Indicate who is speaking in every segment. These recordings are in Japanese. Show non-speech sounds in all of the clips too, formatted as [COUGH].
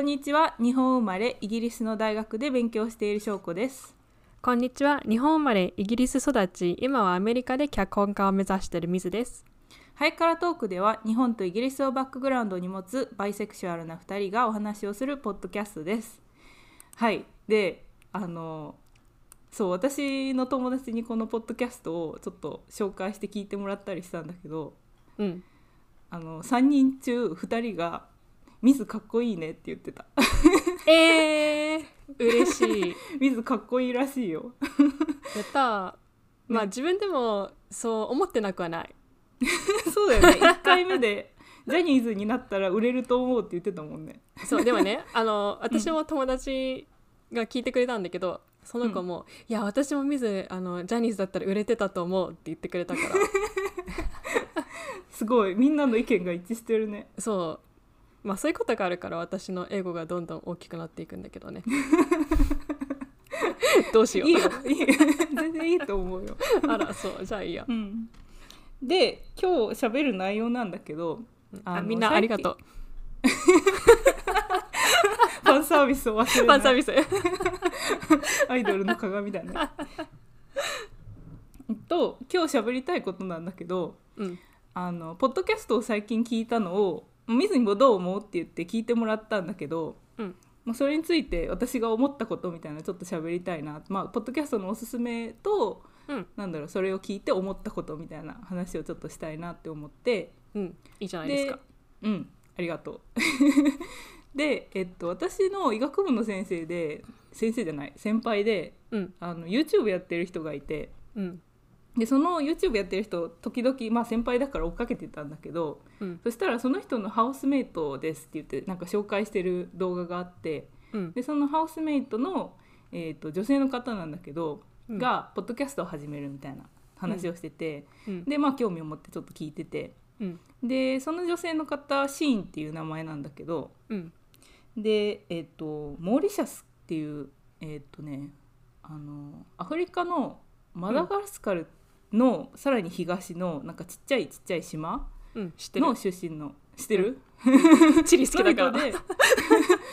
Speaker 1: んにちは日本生まれイギリスの大学で勉強している翔子です
Speaker 2: こんにちは日本生まれイギリス育ち今はアメリカで脚本家を目指している水です
Speaker 1: ハイカラトークでは日本とイギリスをバックグラウンドに持つバイセクシュアルな2人がお話をするポッドキャストですはいであのそう私の友達にこのポッドキャストをちょっと紹介して聞いてもらったりしたんだけど
Speaker 2: うん
Speaker 1: あの3人中2人が「ミズかっこいいね」って言ってた [LAUGHS]
Speaker 2: えー、嬉しいや
Speaker 1: ミズかっこいいらしいよ [LAUGHS]
Speaker 2: ったーまあ自分でもそう思ってなくはない
Speaker 1: そうだよね1回目でジャニーズになったら売れると思うって言ってたもんね
Speaker 2: そうでも [LAUGHS] ねあの私も友達が聞いてくれたんだけどその子も「いや私も見ずあのジャニーズだったら売れてたと思う」って言ってくれたから [LAUGHS]
Speaker 1: すごいみんなの意見が一致してるね
Speaker 2: そうまあそういうことがあるから私の英語がどんどん大きくなっていくんだけど [LAUGHS] ねどうし
Speaker 1: い
Speaker 2: よう
Speaker 1: いよいい全然いいと思うよ、
Speaker 2: あらそうじゃあいいや
Speaker 1: うん、で今日喋る内容なんだけど
Speaker 2: あみんなありがと
Speaker 1: う
Speaker 2: う
Speaker 1: ファンサービスを忘
Speaker 2: [LAUGHS] ファンサー
Speaker 1: れない
Speaker 2: ビス
Speaker 1: アイドルの鏡だねえっと今日喋りたいことなんだけど
Speaker 2: うん
Speaker 1: あのポッドキャストを最近聞いたのを水にもどう思うって言って聞いてもらったんだけど、
Speaker 2: うん
Speaker 1: まあそれについて私が思ったことみたいなのちょっと喋りたいな、まあ、ポッドキャストのおすすめと
Speaker 2: うん
Speaker 1: なんだろうそれを聞いて思ったことみたいな話をちょっとしたいなって思って
Speaker 2: うんいいじゃないですか
Speaker 1: うんありがとう。 [LAUGHS] で、えっと、私の医学部の先生で先生じゃない先輩で
Speaker 2: うん
Speaker 1: あの YouTube やってる人がいて。
Speaker 2: うん
Speaker 1: でその YouTube やってる人時々、まあ、先輩だから追っかけてたんだけど、
Speaker 2: うん
Speaker 1: そしたらその人のハウスメイトですって言ってなんか紹介してる動画があって
Speaker 2: うん
Speaker 1: でそのハウスメイトの、えー、と女性の方なんだけど、
Speaker 2: うん
Speaker 1: がポッドキャストを始めるみたいな話をしてて、
Speaker 2: うん
Speaker 1: でまあ興味を持ってちょっと聞いてて
Speaker 2: うん
Speaker 1: でその女性の方シーンっていう名前なんだけど
Speaker 2: うん
Speaker 1: で、えー、とモーリシャスっていうえっ、とねあのアフリカのマダガスカルの、さらに東のなんかちっちゃいちっちゃい島
Speaker 2: うん知ってる
Speaker 1: の出身の知ってる、
Speaker 2: チリ好きだ
Speaker 1: の
Speaker 2: から
Speaker 1: 人で [LAUGHS]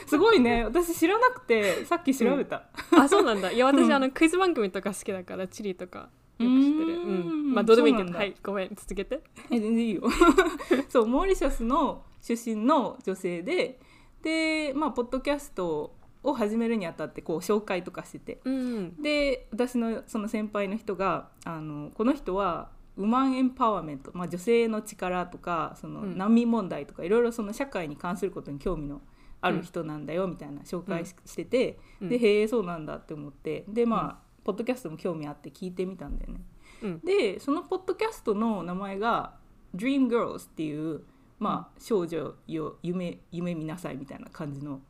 Speaker 1: すごいね私知らなくてさっき調べた、
Speaker 2: [LAUGHS] あそうなんだいや私、
Speaker 1: うん
Speaker 2: あのクイズ番組とか好きだからチリとかよく知ってる
Speaker 1: うー
Speaker 2: うん
Speaker 1: ん、
Speaker 2: まあどうでもいいけ
Speaker 1: そうなん
Speaker 2: ど
Speaker 1: だ
Speaker 2: はいごめん続けて
Speaker 1: え全然いいよ [LAUGHS] そうモーリシャスの出身の女性ででまあポッドキャストを始めるにあたってこう紹介とかしてて
Speaker 2: うん
Speaker 1: で私のその先輩の人があのこの人はウマンエンパワーメント、まあ、女性の力とかその
Speaker 2: うん
Speaker 1: 難民問題とか、いろいろその社会に関することに興味のある人なんだよみたいな紹介し,、してて
Speaker 2: うん
Speaker 1: でへえそうなんだって思ってでまあ、ポッドキャストも興味あって聞いてみたんだよね。
Speaker 2: うん
Speaker 1: でそのポッドキャストの名前が「Dream Girls」っていう、まあ、少女よ夢夢見なさいみたいな感じの、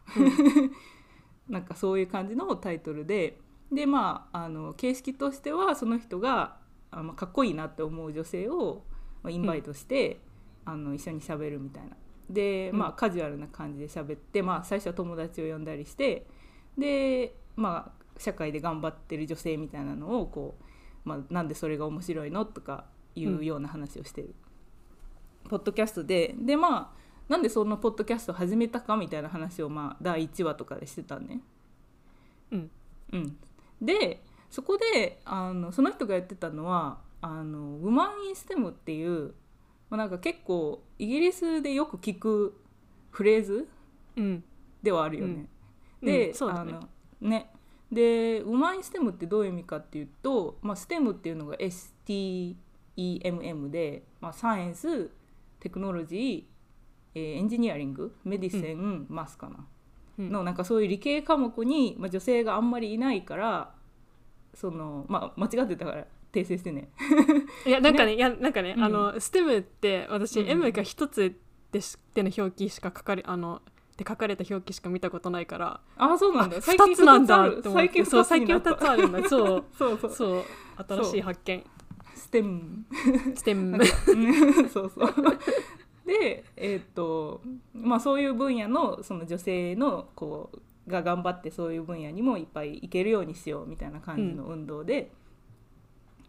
Speaker 1: [LAUGHS] なんかそういう感じのタイトルででまああの形式としてはその人があ、まあ、かっこいいなって思う女性を、まあ、インバイトして、あの一緒に喋るみたいな。で、
Speaker 2: うん
Speaker 1: まあ、カジュアルな感じで喋って、まあ、最初は友達を呼んだりしてで、まあ、社会で頑張ってる女性みたいなのをこうまあ、なんでそれが面白いのとかいうような話をしてる、ポッドキャストででまあなんでそのポッドキャストを始めたかみたいな話を、まあ、第1話とかでしてたね。
Speaker 2: うん
Speaker 1: うん、でそこであのその人がやってたのはあのウマン・イン・ステムっていう、まあ、なんか結構イギリスでよく聞くフレーズ
Speaker 2: うん
Speaker 1: ではあるよね。
Speaker 2: うん
Speaker 1: で、
Speaker 2: うんそうだね
Speaker 1: あのねでウマインステムってどういう意味かっていうと、まあ、ステムっていうのが STEMM で、まあ、サイエンステクノロジー、えーエンジニアリングメディセン、マスかな、
Speaker 2: うん
Speaker 1: のなんかそういう理系科目に、まあ、女性があんまりいないからその、まあ、間違ってたから訂正してね。
Speaker 2: いやなんかねいやなんかね、
Speaker 1: うん
Speaker 2: あのステムって私、
Speaker 1: うん
Speaker 2: M が一つでしっての表記しか書かれあのって書かれた表記しか見たことないから
Speaker 1: ああそうなんだ
Speaker 2: 二つなん
Speaker 1: 二つあ
Speaker 2: だ
Speaker 1: る
Speaker 2: って思っ
Speaker 1: 最近
Speaker 2: てそう
Speaker 1: 2つ
Speaker 2: 最
Speaker 1: に
Speaker 2: 近
Speaker 1: なった
Speaker 2: 二つあるんだそう
Speaker 1: [LAUGHS] そうそう
Speaker 2: そう新しい発見
Speaker 1: ステム
Speaker 2: ステ
Speaker 1: [LAUGHS]
Speaker 2: ム
Speaker 1: うんそうそう。で、えーっとまあ、そういう分野のその女性のこうが頑張ってそういう分野にもいっぱい行けるようにしようみたいな感じの運動で、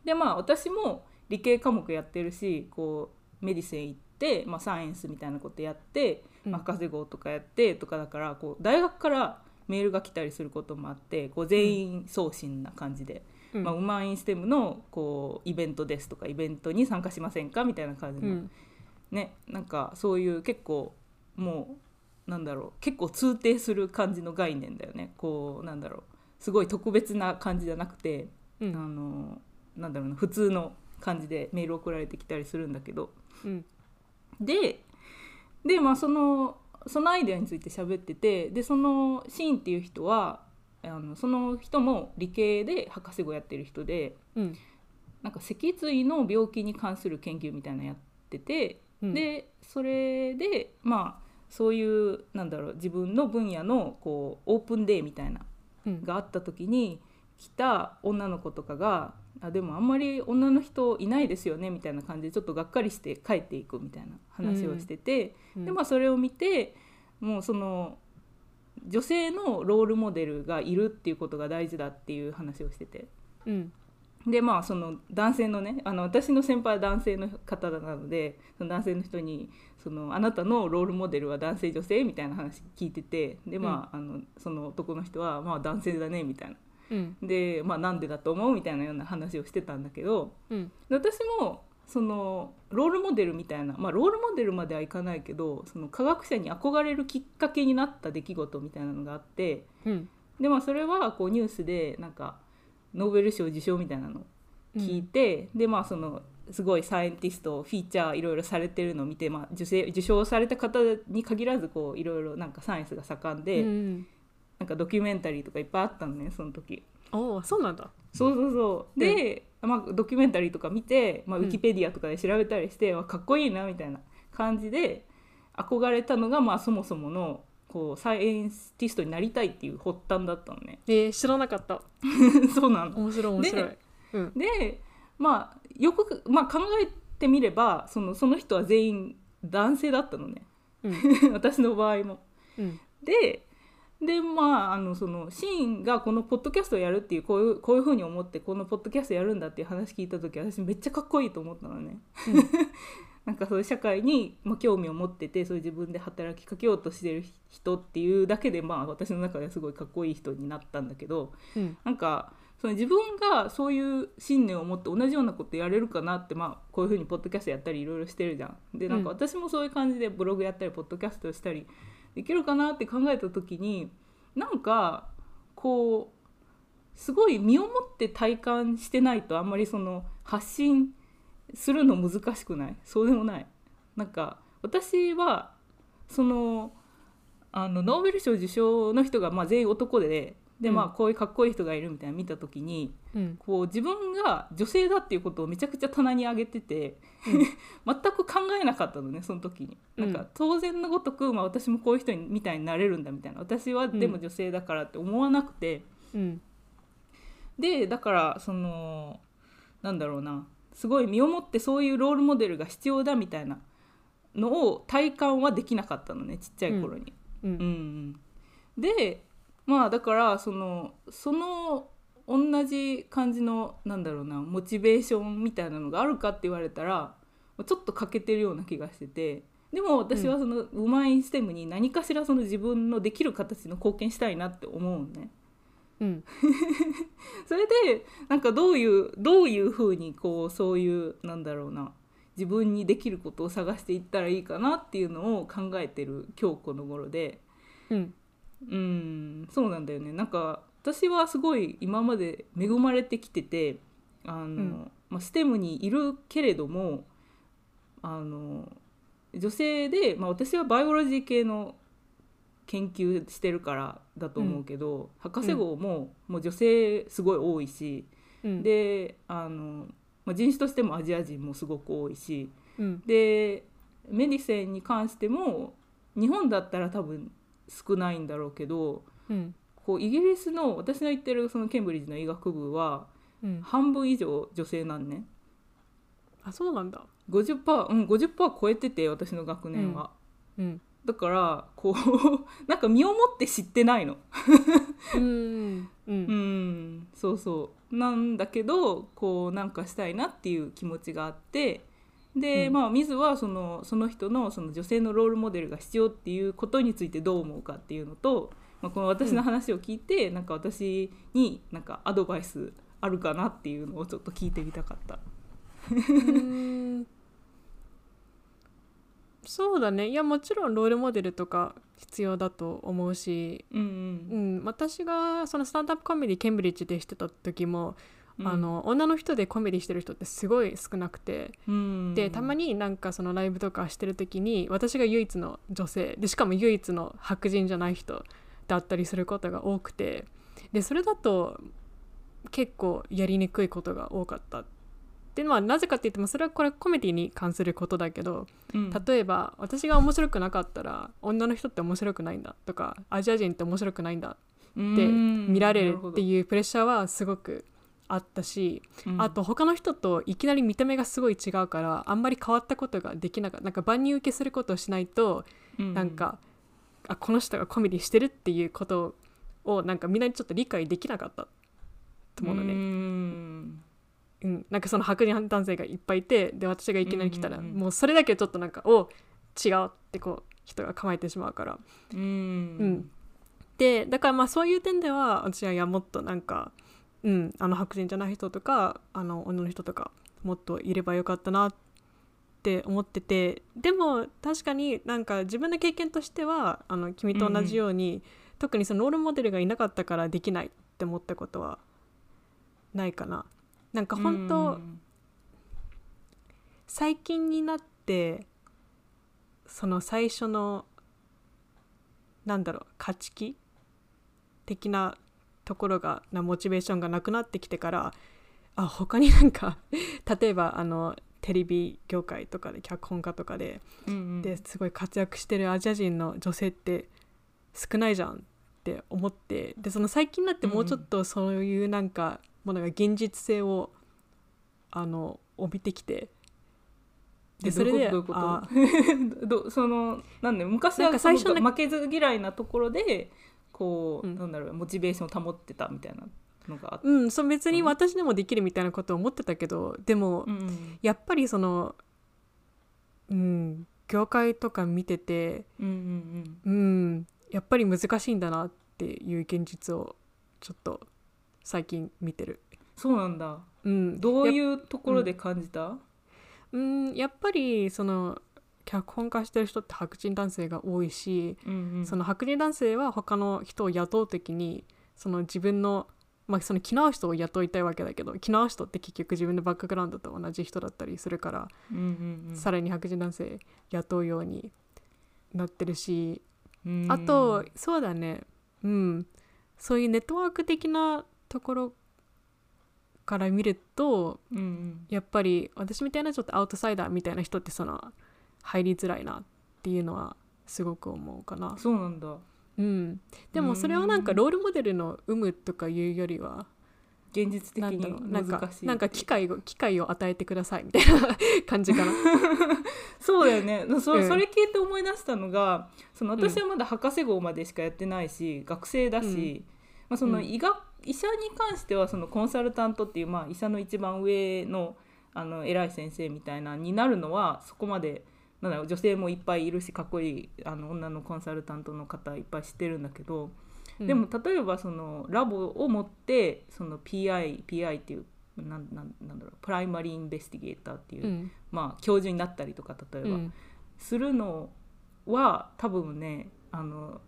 Speaker 1: でまあ私も理系科目やってるしこうメディセン行って、まあ、サイエンスみたいなことやって、
Speaker 2: うん
Speaker 1: 博士号とかやってとかだからこう大学からメールが来たりすることもあってこう全員送信な感じで、
Speaker 2: うん
Speaker 1: まあ、ウーマンインステムのこうイベントですとかイベントに参加しませんかみたいな感じ
Speaker 2: う
Speaker 1: の、
Speaker 2: ん
Speaker 1: ねなんかそういう結構もうなんだろう結構通底する感じの概念だよねこうなんだろうすごい特別な感じじゃなくて、
Speaker 2: う
Speaker 1: あ
Speaker 2: ん
Speaker 1: のなんだろうな普通の感じでメール送られてきたりするんだけど
Speaker 2: うん
Speaker 1: でで、まあ、そのそのアイデアについて喋っててでそのシーンっていう人はあのその人も理系で博士号やってる人で
Speaker 2: うん
Speaker 1: なんか脊椎の病気に関する研究みたいなのやってて、
Speaker 2: うん
Speaker 1: でそれでまあそういうなんだろう自分の分野のこうオープンデーみたいな
Speaker 2: うん
Speaker 1: があった時に来た女の子とかが「あでもあんまり女の人いないですよね」みたいな感じでちょっとがっかりして帰っていくみたいな話をしてて、
Speaker 2: うん
Speaker 1: でまあそれを見てもうその女性のロールモデルがいるっていうことが大事だっていう話をしてて。
Speaker 2: うん
Speaker 1: でまあその男性のねあの私の先輩は男性の方なのでその男性の人にその「あなたのロールモデルは男性女性?」みたいな話聞いててでまあ,、あのその男の人は「まあ男性だね」みたいな
Speaker 2: うん
Speaker 1: で、まあ、なんでだと思うみたいなような話をしてたんだけど
Speaker 2: うん
Speaker 1: で私もそのロールモデルみたいな、まあ、ロールモデルまではいかないけどその科学者に憧れるきっかけになった出来事みたいなのがあって
Speaker 2: うん
Speaker 1: で、まあ、それはこうニュースでなんかノーベル賞受賞みたいなの聞いて、でまあそのすごいサイエンティストをフィーチャーいろいろされてるのを見て、まあ、受賞受賞された方に限らずこういろいろなんかサイエンスが盛ん
Speaker 2: う
Speaker 1: で、
Speaker 2: んうん
Speaker 1: なんかドキュメンタリーとかいっぱいあったのねその時。
Speaker 2: おおそうなんだ
Speaker 1: そうそうそうで、まあ、ドキュメンタリーとか見て、まあ、ウ
Speaker 2: うん
Speaker 1: ィキペディアとかで調べたりして、わかっこいいなみたいな感じで憧れたのが、まあ、そもそものこうサイエンティストになりたいっていう発端だったのね [LAUGHS]
Speaker 2: えー知らなかった
Speaker 1: そうなの。
Speaker 2: 面白い面白い
Speaker 1: ね
Speaker 2: うん
Speaker 1: でまあよく、まあ、考えてみればそのその人は全員男性だったのね [LAUGHS]
Speaker 2: うん
Speaker 1: 私の場合も。
Speaker 2: うん
Speaker 1: ででまああのそのシーンがこのポッドキャストをやるっていうこういうこういうふうに思ってこのポッドキャストやるんだっていう話聞いた時私めっちゃかっこいいと思ったのね。
Speaker 2: うん
Speaker 1: [LAUGHS] なんかそういう社会に、まあ、興味を持っててそういう自分で働きかけようとしてる人っていうだけで、まあ、私の中ではすごいかっこいい人になったんだけど
Speaker 2: うん
Speaker 1: なんかその自分がそういう信念を持って同じようなことやれるかなって、まあ、こういうふうにポッドキャストやったりいろいろしてるじゃん。でなんか
Speaker 2: うん
Speaker 1: 私もそういう感じでブログやったりポッドキャストしたりできるかなって考えた時になんかこうすごい身をもって体感してないとあんまりその発信するの難しくないそうでもないなんか私はそのあのノーベル賞受賞の人がまあ全員男でで、
Speaker 2: うん
Speaker 1: まあこういうかっこいい人がいるみたいなの見た時に
Speaker 2: うん
Speaker 1: こう自分が女性だっていうことをめちゃくちゃ棚に上げてて、 [LAUGHS] 全く考えなかったのねその時に。なん
Speaker 2: う
Speaker 1: か
Speaker 2: ん
Speaker 1: 当然のごとく、まあ、私もこういう人にみたいになれるんだみたいな私はでも女性だからって思わなくて。
Speaker 2: うん
Speaker 1: でだからそのなんだろうなすごい身をもってそういうロールモデルが必要だみたいなのを体感はできなかったのねちっちゃい頃に。
Speaker 2: う
Speaker 1: うん
Speaker 2: ん
Speaker 1: うんでまあだからそのその同じ感じのなんだろうなモチベーションみたいなのがあるかって言われたらちょっと欠けてるような気がしてて。でも私はそのウマインステムに何かしらその自分のできる形の貢献したいなって思うのね。
Speaker 2: うん
Speaker 1: [LAUGHS] それでなんかどういうどういうふうにこうそういうなんだろうな自分にできることを探していったらいいかなっていうのを考えてる今日この頃で
Speaker 2: うん
Speaker 1: うんそうなんだよねなんか私はすごい今まで恵まれてきててあの、
Speaker 2: ん
Speaker 1: まあ、ステムにいるけれどもあの女性で、まあ、私はバイオロジー系の研究してるからだと思うけど、博士号も,、もう女性すごい多いし、
Speaker 2: うん
Speaker 1: であの、まあ、人種としてもアジア人もすごく多いし
Speaker 2: うん
Speaker 1: でメディセンに関しても日本だったら多分少ないんだろうけど
Speaker 2: うん
Speaker 1: こうイギリスの私の行ってるそのケンブリッジの医学部は
Speaker 2: うん
Speaker 1: 半分以上女性なんね
Speaker 2: あそうなんだ
Speaker 1: 50%, うん、50%超えてて私の学年は、
Speaker 2: うん
Speaker 1: だからこう [LAUGHS] なんか身をもって知ってないの
Speaker 2: うんう
Speaker 1: うんんそうそうなんだけどこうなんかしたいなっていう気持ちがあってで、
Speaker 2: うん
Speaker 1: まあミズはそのその人のその女性のロールモデルが必要っていうことについてどう思うかっていうのと、まあ、この私の話を聞いて、なんか私になんかアドバイスあるかなっていうのをちょっと聞いてみたかった。
Speaker 2: うーんそうだねいやもちろんロールモデルとか必要だと思うし、
Speaker 1: うん
Speaker 2: う
Speaker 1: うん
Speaker 2: ん、私がそのスタンダップコメディケンブリッジでしてた時も、
Speaker 1: うん、
Speaker 2: あの女の人でコメディしてる人ってすごい少なくて、
Speaker 1: うん、
Speaker 2: でたま
Speaker 1: に
Speaker 2: になんかそのライブとかしてる時に私が唯一の女性でしかも唯一の白人じゃない人だったりすることが多くてでそれだと結構やりにくいことが多かった。でまあ、なぜかって言ってもそれはこれコメディに関することだけど例えば私が面白くなかったら女の人って面白くないんだとかアジア人って面白くないんだって見られるっていうプレッシャーはすごくあったし、
Speaker 1: うん、
Speaker 2: あと他の人といきなり見た目がすごい違うからあんまり変わったことができなかったなんか万人受けすることをしないとなんか、あこの人がコメディしてるっていうことをなんかみんなにちょっと理解できなかったと思うのね、
Speaker 1: うん
Speaker 2: うんなんかその白人男性がいっぱいいてで私がいきなり来たら、
Speaker 1: うんうんうん
Speaker 2: もうそれだけちょっとなんかお違うってこう人が構えてしまうから
Speaker 1: うん
Speaker 2: うんでだからまあそういう点では私はいやもっとなんか、うん、あの白人じゃない人とかあの女の人とかもっといればよかったなって思っててでも確かになんか自分の経験としてはあの君と同じように、特にそのロールモデルがいなかったからできないって思ったことはないかな。なんか本当、最近になってその最初のなんだろう勝ち気的なところがなモチベーションがなくなってきてからあ他になんか例えばあのテレビ業界とかで脚本家とかで
Speaker 1: うんうん
Speaker 2: ですごい活躍してるアジア人の女性って少ないじゃんって思ってでその最近になってもうちょっとそういうなんかものが現実性をあの帯びてきて
Speaker 1: で
Speaker 2: でそれで
Speaker 1: どういうこと
Speaker 2: あ
Speaker 1: [LAUGHS] どそのなんで昔
Speaker 2: なん
Speaker 1: は
Speaker 2: か
Speaker 1: 最
Speaker 2: 最
Speaker 1: 初
Speaker 2: 初の
Speaker 1: 負けず嫌いなところでこう、
Speaker 2: うん
Speaker 1: なんだろうモチベーションを保ってたみたいなのがあって、
Speaker 2: うんそう別に私でもできるみたいなことを思ってたけどでも
Speaker 1: うん
Speaker 2: やっぱりそのうん業界とか見てて
Speaker 1: うんうん
Speaker 2: うんやっぱり難しいんだなっていう現実をちょっと最近見てる。
Speaker 1: そうなんだ
Speaker 2: うん、
Speaker 1: どう
Speaker 2: やっ
Speaker 1: いうところで感じた、
Speaker 2: うんやっぱりその脚本化してる人って白人男性が多いし、
Speaker 1: うんうん
Speaker 2: その白人男性は他の人を雇う時にその自分のまあその気の合う人を雇いたいわけだけど気の合う人って結局自分のバックグラウンドと同じ人だったりするから、
Speaker 1: うんうんうん
Speaker 2: さらに白人男性雇うようになってるし
Speaker 1: うん
Speaker 2: あとそうだねうんそういうネットワーク的なところから見ると
Speaker 1: うんうん
Speaker 2: やっぱり私みたいなちょっとアウトサイダーみたいな人ってその入りづらいなっていうのはすごく思うかな、
Speaker 1: そうなんだ
Speaker 2: うん、でもそれをなんかロールモデルの有無とかいうよりは
Speaker 1: 現実的
Speaker 2: なんだろう
Speaker 1: に
Speaker 2: な
Speaker 1: 難
Speaker 2: んか
Speaker 1: しい
Speaker 2: なんか機会を機会を与えてくださいみたいな感じかな。
Speaker 1: そうだよねそ,、
Speaker 2: うん
Speaker 1: それ聞いて思い出したのがその私はまだ博士号までしかやってないし、学生だし、
Speaker 2: うん
Speaker 1: まあ、そうの
Speaker 2: ん
Speaker 1: 医学医者に関してはそのコンサルタントっていう、まあ、医者の一番上のあの偉い先生みたいなになるのはそこまでなんだろう女性もいっぱいいるしかっこいいあの女のコンサルタントの方いっぱい知ってるんだけど、でも例えばそのラボを持ってその PI, PI っていうなんなんなんだろうプライマリーインベスティゲーターっていう、
Speaker 2: うん、
Speaker 1: まあ、教授になったりとか例え
Speaker 2: う
Speaker 1: ば、
Speaker 2: ん
Speaker 1: するのは多分ねあの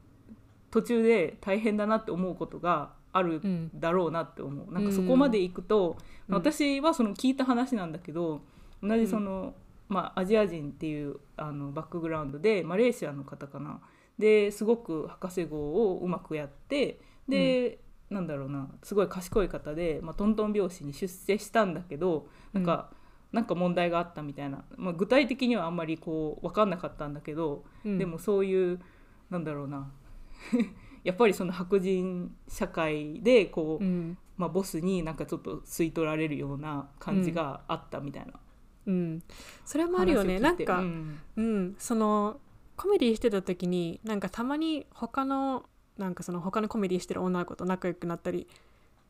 Speaker 1: 途中で大変だなって思うことがある
Speaker 2: うん
Speaker 1: だろうなって思う、なん
Speaker 2: う
Speaker 1: か
Speaker 2: ん
Speaker 1: そこまで行くと、
Speaker 2: うん
Speaker 1: 私はその聞いた話なんだけど同じその、まあ、アジア人っていうあのバックグラウンドでマレーシアの方かなですごく博士号をうまくやってで、なんだろうなすごい賢い方で、まあ、トントン拍子に出世したんだけどなんか、なんか問題があったみたいな、まあ、具体的にはあんまりこう分かんなかったんだけど、
Speaker 2: うん
Speaker 1: でもそういうなんだろうな [LAUGHS] やっぱりその白人社会でこう、
Speaker 2: うん
Speaker 1: まあ、ボスになんかちょっと吸い取られるような感じがあったみたいな
Speaker 2: うん、それもある
Speaker 1: 話を聞いて、
Speaker 2: よねなんか、
Speaker 1: うん
Speaker 2: うん、そのコメディしてた時になんかたまに他のなんかその他のコメディしてる女の子と仲良くなったり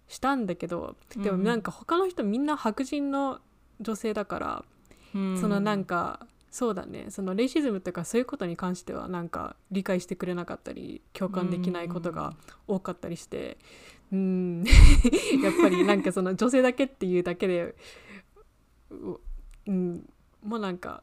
Speaker 2: したんだけどでも
Speaker 1: うん
Speaker 2: なんか他の人みんな白人の女性だから、そのなん
Speaker 1: か
Speaker 2: かそうだねそのレイシズムとかそういうことに関してはなんか理解してくれなかったり共感できないことが多かったりしてうん [LAUGHS] やっぱりなんかその女性だけっていうだけでううんもうなんか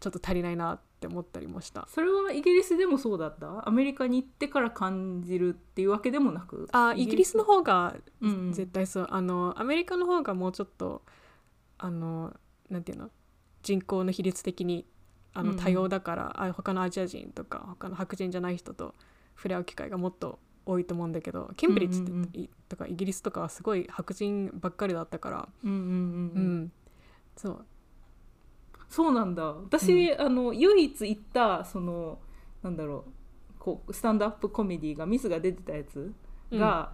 Speaker 2: ちょっと足りないなって思ったりもした。
Speaker 1: それはイギリスでもそうだったアメリカに行ってから感じるっていうわけでもなく
Speaker 2: あイギリスの方が
Speaker 1: うんうん
Speaker 2: 絶対そう、あのアメリカの方がもうちょっとあのなんていうの人口の比率的にあ
Speaker 1: うん
Speaker 2: の
Speaker 1: うん
Speaker 2: 多様だから、あ他のアジア人とか他の白人じゃない人と触れ合う機会がもっと多いと思うんだけどケンブリッジって、
Speaker 1: うんうんうん
Speaker 2: いとかイギリスとかはすごい白人ばっかりだったから、
Speaker 1: うんうんうん
Speaker 2: う
Speaker 1: うんん
Speaker 2: そう
Speaker 1: そうなんだ私、あの唯一行ったそのなんだろうこうスタンドアップコメディがミスが出てたやつが、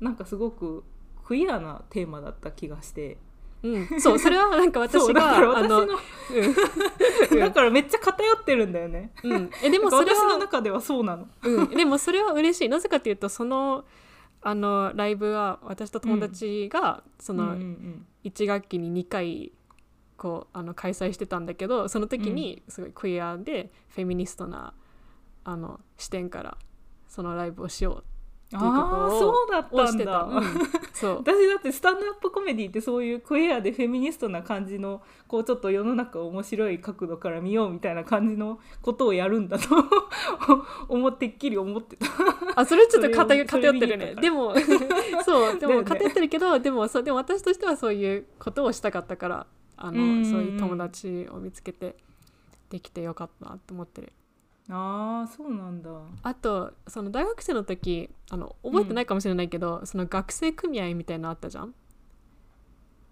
Speaker 1: なんかすごくクリアなテーマだった気がして
Speaker 2: うん、そうそれはなんか私
Speaker 1: そうだ
Speaker 2: が
Speaker 1: から
Speaker 2: あ
Speaker 1: 私
Speaker 2: の
Speaker 1: の、
Speaker 2: う
Speaker 1: [LAUGHS]
Speaker 2: ん
Speaker 1: だからめっちゃ偏ってるんだよね
Speaker 2: うん、えでも
Speaker 1: なんか
Speaker 2: それ
Speaker 1: 私
Speaker 2: は
Speaker 1: の中ではそうなの
Speaker 2: うん、でもそれは嬉しいなぜかというとそのあのライブは私と友達がそ
Speaker 1: うんうんう
Speaker 2: の
Speaker 1: ん
Speaker 2: 1学期に2回こうあの開催してたんだけどその時にすごいクエアでフェミニストなあの視点からそのライブをしよ
Speaker 1: あ
Speaker 2: いうことを
Speaker 1: あーそうだっ
Speaker 2: うを
Speaker 1: た
Speaker 2: し
Speaker 1: ん
Speaker 2: てた、
Speaker 1: だ、
Speaker 2: うん、そう
Speaker 1: 私だってスタンドアップコメディってそういうクエアでフェミニストな感じのこうちょっと世の中を面白い角度から見ようみたいな感じのことをやるんだと [LAUGHS] 思ってっきり思ってた
Speaker 2: あそれちょっと
Speaker 1: それ
Speaker 2: 偏
Speaker 1: を
Speaker 2: 偏ってる
Speaker 1: それ
Speaker 2: ね
Speaker 1: 見
Speaker 2: でも [LAUGHS] そうで
Speaker 1: だよ
Speaker 2: も
Speaker 1: ね
Speaker 2: 偏ってるけどでもそうでも私としてはそういうことをしたかったからあ
Speaker 1: うんうんう
Speaker 2: の
Speaker 1: ん
Speaker 2: そういう友達を見つけてできてよかったなって思ってる
Speaker 1: ああそうなんだ
Speaker 2: あとその大学生の時あの覚えてないかもしれないけど、その学生組合みたいなのあったじゃん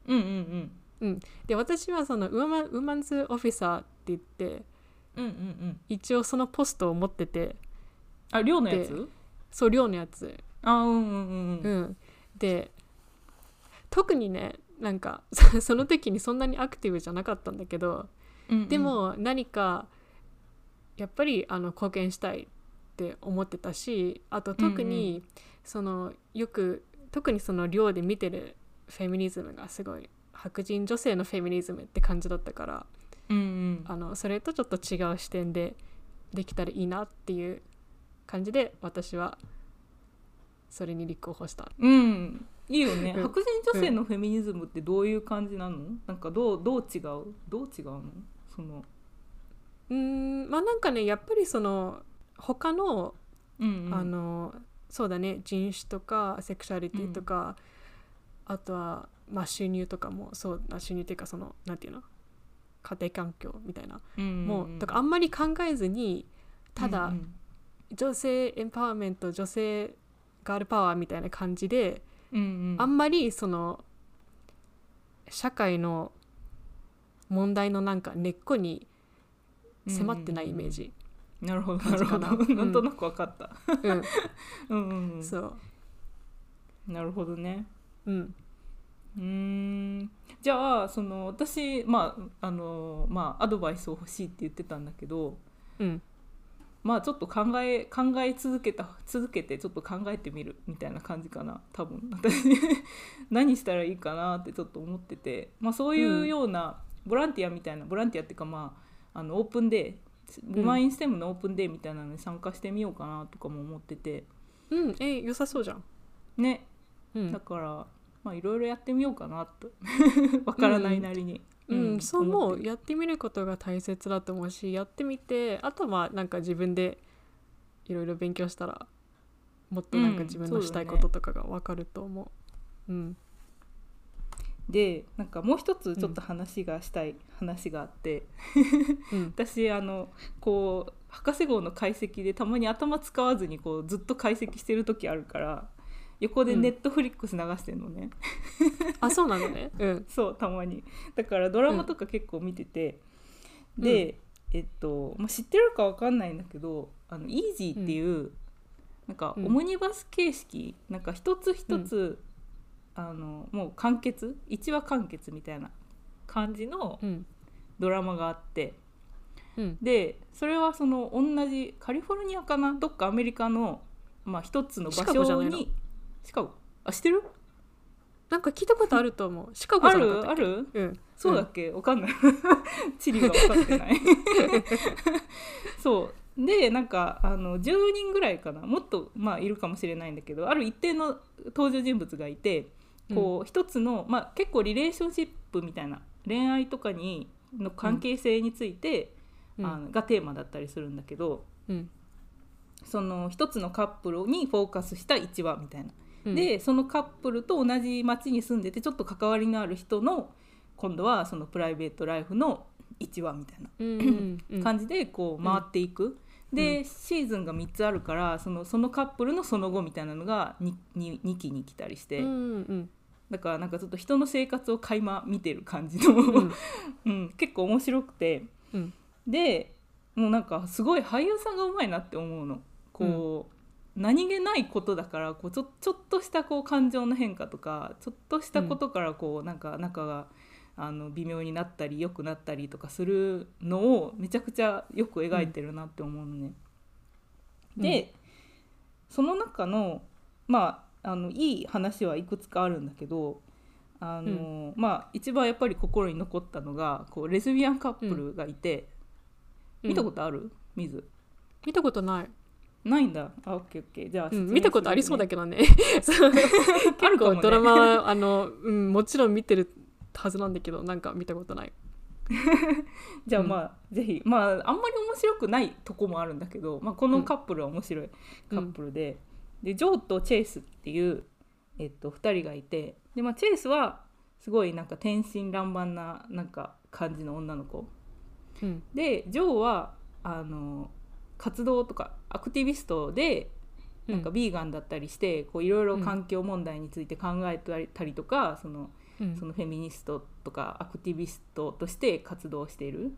Speaker 1: うんうん
Speaker 2: で私はそのウーマンウーマンズオフィサーって言って
Speaker 1: うんうんうんうん
Speaker 2: 一応そのポストを持ってて
Speaker 1: あ寮のやつ
Speaker 2: そう寮のやつ
Speaker 1: あーうんうんう
Speaker 2: うんんで特にねなんか [LAUGHS] そその時にそんなにアクティブじゃなかったんだけど
Speaker 1: うんうん
Speaker 2: でも何かやっぱりあの貢献したいって思ってたしあと特にそのよく特にその寮で見てるフェミニズムがすごい白人女性のフェミニズムって感じだったから
Speaker 1: うんうん
Speaker 2: あのそれとちょっと違う視点でできたらいいなっていう感じで私はそれに立候補した。
Speaker 1: うんいいよね
Speaker 2: うん
Speaker 1: 白人女性のフェミニズムってどういう感じなのなんかどうどう違うどう違うのその
Speaker 2: うーんまあなんかねやっぱりその他の
Speaker 1: うんうん
Speaker 2: あのそうだね人種とかセクシャリティとか、あとは、まあ、収入とかもそうな収入っていうかそのなんていうの家庭環境みたいな、もうとかあんまり考えずにただ、
Speaker 1: うんうん
Speaker 2: 女性エンパワーメント女性ガールパワーみたいな感じで、
Speaker 1: うんうん
Speaker 2: あんまりその社会の問題のなんか根っこに迫ってないイメージ、
Speaker 1: なるほどなるほど
Speaker 2: 感じかな
Speaker 1: なんとなくわかった
Speaker 2: うん
Speaker 1: うんうんう
Speaker 2: そうん
Speaker 1: なるほどね
Speaker 2: うん
Speaker 1: うーんじゃあその私まああのまあアドバイスを欲しいって言ってたんだけど
Speaker 2: うん
Speaker 1: まあちょっと考え考え続けた続けてちょっと考えてみるみたいな感じかな多分私 [LAUGHS] 何したらいいかなってちょっと思ってて、まあ、そういうようなボランティアみたいな、ボランティアっていうかまああのオープンデー
Speaker 2: ん
Speaker 1: ブマインステムのオープンデーみたいなのに参加してみようかなとかも思ってて
Speaker 2: うんえ良さそうじゃん
Speaker 1: ね
Speaker 2: うん
Speaker 1: だから、まあいろいろやってみようかな
Speaker 2: [LAUGHS]
Speaker 1: とわからないなりに、
Speaker 2: うん、そう思
Speaker 1: っ
Speaker 2: う
Speaker 1: てる
Speaker 2: やってみることが大切だと思うしやってみてあとはなんか自分でいろいろ勉強したらもっとな
Speaker 1: う
Speaker 2: ん
Speaker 1: ん
Speaker 2: か自分
Speaker 1: そう
Speaker 2: の
Speaker 1: だね
Speaker 2: したいこととかが分かると思う。うん
Speaker 1: でなんかもう一つちょっと話がしたい話があって、
Speaker 2: うん
Speaker 1: 私あのこう博士号の解析でたまに頭使わずにこうずっと解析してる時あるから横で
Speaker 2: うん
Speaker 1: ネットフリックス流してるのね、
Speaker 2: [LAUGHS] あそうなのね。うん
Speaker 1: [LAUGHS] そうたまにだからドラマとか結構見てて、
Speaker 2: うん
Speaker 1: で、えっと、まあ、知ってるかわかんないんだけど「あのイージーっていう、なんかオ
Speaker 2: うん
Speaker 1: ムニバス形式、なんか一つ一つ、あのもう完結1話完結みたいな感じの
Speaker 2: うん
Speaker 1: ドラマがあって。
Speaker 2: うん
Speaker 1: でそれはその同じカリフォルニアかなどっかアメリカの、まあ、一つの場
Speaker 2: シカゴじゃ
Speaker 1: 所
Speaker 2: ないの
Speaker 1: にシカゴあ知ってる
Speaker 2: なんか聞いたことあると思うシカゴ
Speaker 1: あ
Speaker 2: じゃなかった
Speaker 1: るある
Speaker 2: うん
Speaker 1: そうだっけ、わかんない [LAUGHS] 地理が分かってない [LAUGHS] そうでなんかあの10人ぐらいかなもっとまあいるかもしれないんだけどある一定の登場人物がいてこう、一つの、まあ、結構リレーションシップみたいな恋愛とかにの関係性について、
Speaker 2: うん、
Speaker 1: あのがテーマだったりするんだけど
Speaker 2: うん
Speaker 1: その一つのカップルにフォーカスした1話みたいな。
Speaker 2: うん、
Speaker 1: でそのカップルと同じ町に住んでてちょっと関わりのある人の今度はそのプライベートライフの1話みたいな
Speaker 2: うんうんうん、
Speaker 1: 感じでこう回っていく、でシーズンが3つあるからそのそのカップルのその後みたいなのが 2, に2期に来たりして、
Speaker 2: うんうん
Speaker 1: だからなんかちょっと人の生活を垣間見てる感じの、
Speaker 2: うんうん
Speaker 1: [LAUGHS] うん結構面白くて
Speaker 2: うん
Speaker 1: でもうなんかすごい俳優さんがうまいなって思うの。こう、何気ないことだからこうちょちょっとしたこう感情の変化とかちょっとしたことからこう、なんか仲があの微妙になったり良くなったりとかするのをめちゃくちゃよく描いてるなって思うのね。
Speaker 2: うん
Speaker 1: でその中のまああのいい話はいくつかあるんだけどあの、まあ一番やっぱり心に残ったのがこうレズビアンカップルがいて、見たことある水
Speaker 2: 見たことない、
Speaker 1: ないんだあオッケーオッケーじゃあ、
Speaker 2: う
Speaker 1: 説明
Speaker 2: ん、見たことありそうだ
Speaker 1: す
Speaker 2: けどね [LAUGHS] そう
Speaker 1: るねある
Speaker 2: 結
Speaker 1: かも、
Speaker 2: 構
Speaker 1: ね、
Speaker 2: ドラマはあの、うん、もちろん見てるはずなんだけどなんか見たことない
Speaker 1: じゃあまあ、ぜひまああんまり面白くないとこもあるんだけど、まあ、このカップルは面白いカップルで、でジョーとチェイスっていう、えっと、2人がいてで、まあ、チェイスはすごいなんか天真爛漫ななんか感じの女の子
Speaker 2: うん
Speaker 1: でジョーはあの活動とかアクティビストで
Speaker 2: な
Speaker 1: なんかビーガンだったりしてこういろいろ環境問題について考えたりとか、その
Speaker 2: うん
Speaker 1: そのフェミニストとかアクティビストとして活動している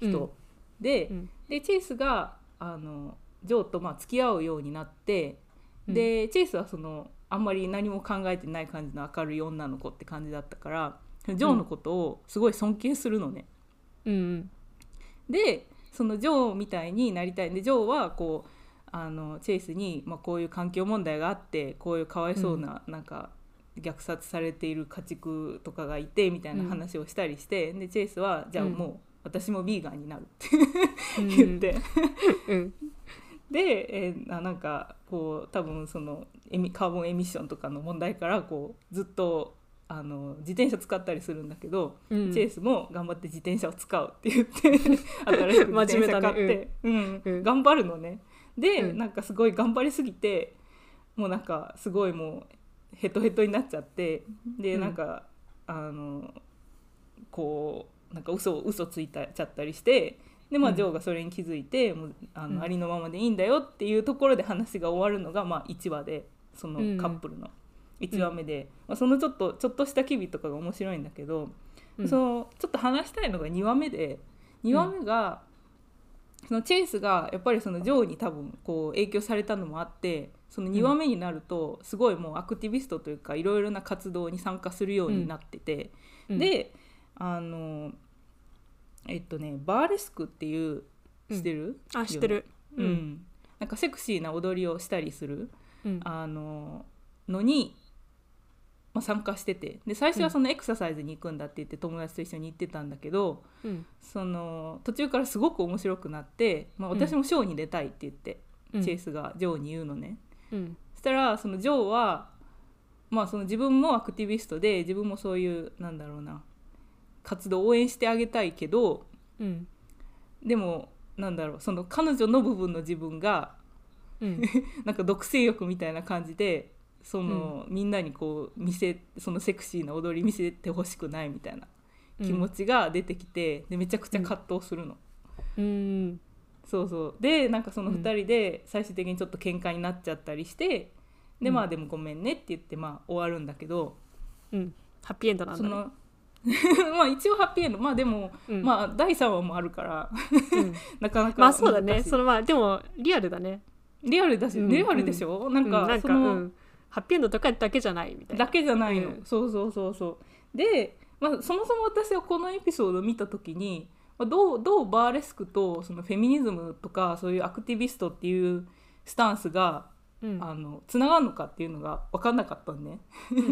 Speaker 1: 人、
Speaker 2: うん
Speaker 1: で,、
Speaker 2: うん
Speaker 1: でチェイスがあのジョーとまあ付き合うようになって、
Speaker 2: うん
Speaker 1: でチェイスはそのあんまり何も考えてない感じの明るい女の子って感じだったからジョーのことをすごい尊敬するのね。
Speaker 2: うんうん
Speaker 1: でそのジョーみたいになりたいんでジョーはこうあのチェイスに、まあ、こういう環境問題があってこういうかわいそうな,、なんか虐殺されている家畜とかがいてみたいな話をしたりして、でチェイスはじゃあ
Speaker 2: うん
Speaker 1: もう、私もビーガンになるって
Speaker 2: う
Speaker 1: [LAUGHS]
Speaker 2: ん
Speaker 1: 言って、
Speaker 2: うん
Speaker 1: で、えーななんかこう多分そのエミカーボンエミッションとかの問題からこうずっとあの自転車使ったりするんだけど、
Speaker 2: うん
Speaker 1: チェイスも頑張って自転車を使うって言って [LAUGHS] 新しく自
Speaker 2: 真
Speaker 1: 転
Speaker 2: 面目だ
Speaker 1: 車
Speaker 2: ね
Speaker 1: 買って、うん
Speaker 2: うん
Speaker 1: 頑張るのね。で、
Speaker 2: うん
Speaker 1: なんかすごい頑張りすぎてもうなんかすごいもうヘトヘトになっちゃってで、
Speaker 2: うん
Speaker 1: なんかあのこうなんか嘘を嘘ついたちゃったりしてでまあ
Speaker 2: うん
Speaker 1: ジョーがそれに気づいて、もうあの、
Speaker 2: うん
Speaker 1: ありのままでいいんだよっていうところで話が終わるのが、まあ、1話でその
Speaker 2: うん
Speaker 1: カップルの1話目で、まあ、そのちょっとちょっとした機微とかが面白いんだけど、
Speaker 2: うん
Speaker 1: そのちょっと話したいのが2話目で2話目が、そのチェイスがやっぱりそのジョーに多分こう影響されたのもあってその2話目になるとすごいもうアクティビストというかいろいろな活動に参加するようになってて、
Speaker 2: うん
Speaker 1: であのえっとねバーレスクっていう知ってる、
Speaker 2: あ知ってる
Speaker 1: うんなんかセクシーな踊りをしたりする
Speaker 2: うん
Speaker 1: あののに、まあ、参加しててで最初はそのエクササイズに行くんだって言って友達と一緒に行ってたんだけど
Speaker 2: うん
Speaker 1: その途中からすごく面白くなって、まあ、
Speaker 2: うん
Speaker 1: 私もショーに出たいって言って、
Speaker 2: うん
Speaker 1: チェイスがジョーに言うのね。
Speaker 2: うん
Speaker 1: そしたらそのジョーは、まあ、その自分もアクティビストで自分もそういうなんだろうな活動を応援してあげたいけど
Speaker 2: うん
Speaker 1: でもなんだろうその彼女の部分の自分が
Speaker 2: うん
Speaker 1: なんか独占欲みたいな感じでその、みんなにこう見せそのセクシーな踊り見せてほしくないみたいな [LAUGHS] 気持ちが出てきて、でめちゃくちゃ葛藤するの。
Speaker 2: うん
Speaker 1: そうそうでなんかその
Speaker 2: うん
Speaker 1: 2人で最終的にちょっと喧嘩になっちゃったりして、で
Speaker 2: うん
Speaker 1: まあでもごめんねって言ってまあ終わるんだけど、
Speaker 2: うんハッピーエンドなん
Speaker 1: そ
Speaker 2: だね
Speaker 1: の [LAUGHS] まあ一応ハッピーエンドまあでも、
Speaker 2: うん
Speaker 1: まあ第3話もあるから [LAUGHS]
Speaker 2: うん
Speaker 1: なかなか
Speaker 2: まあそうだね
Speaker 1: 難しい
Speaker 2: そのまあでもリアルだね
Speaker 1: リアルだし、
Speaker 2: うん
Speaker 1: リアルでしょ、なん
Speaker 2: う
Speaker 1: か
Speaker 2: んなん
Speaker 1: そ
Speaker 2: かう
Speaker 1: の、
Speaker 2: んハッピーエンドとかだけじゃないみたいな
Speaker 1: だけじゃないの、
Speaker 2: うん
Speaker 1: そうそうそうそうで、まあ、そもそも私はこのエピソードを見た時にまあどうどうバーレスクとそのフェミニズムとかそういうアクティビストっていうスタンスが
Speaker 2: うん
Speaker 1: あのつながるのかっていうのが分かんなかったんね。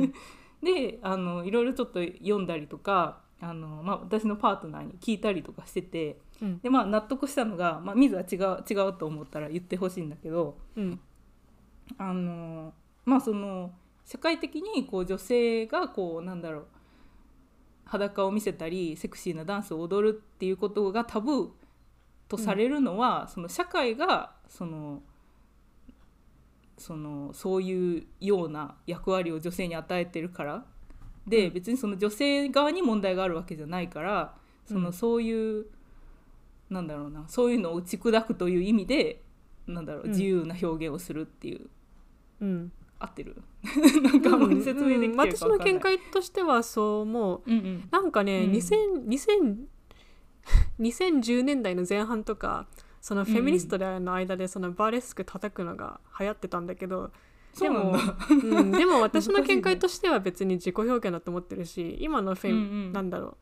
Speaker 1: [LAUGHS] であのいろいろちょっと読んだりとかあの、まあ、私のパートナーに聞いたりとかしてて
Speaker 2: うん
Speaker 1: で、まあ、納得したのが、まあ、水は違う違うと思ったら言ってほしいんだけど
Speaker 2: うん
Speaker 1: あの、まあ、その社会的にこう女性がこうなんだろう裸を見せたりセクシーなダンスを踊るっていうことがタブーとされるのは、その社会がそのそのそういうような役割を女性に与えてるからで、
Speaker 2: うん
Speaker 1: 別にその女性側に問題があるわけじゃないからその、
Speaker 2: うん
Speaker 1: そういうなんだろうなそういうのを打ち砕くという意味でなんだろう、
Speaker 2: うん
Speaker 1: 自由な表現をするっていう
Speaker 2: うん、
Speaker 1: 合ってる [LAUGHS] なんかあんまり [LAUGHS] 説明できてるかわかんない、
Speaker 2: うん私の見解としてはそう思う
Speaker 1: うんうん
Speaker 2: なんかね、
Speaker 1: うん
Speaker 2: 2000 2000 2010年代の前半とかそのフェミニストの間でそのバーレスク叩くのが流行ってたんだけ
Speaker 1: [LAUGHS]
Speaker 2: ど、
Speaker 1: そうなんだ
Speaker 2: うん、でも私の
Speaker 1: 難しいね
Speaker 2: 見解としては別に自己表現だと思ってるし今のフェミ、
Speaker 1: うんうん
Speaker 2: なんだろ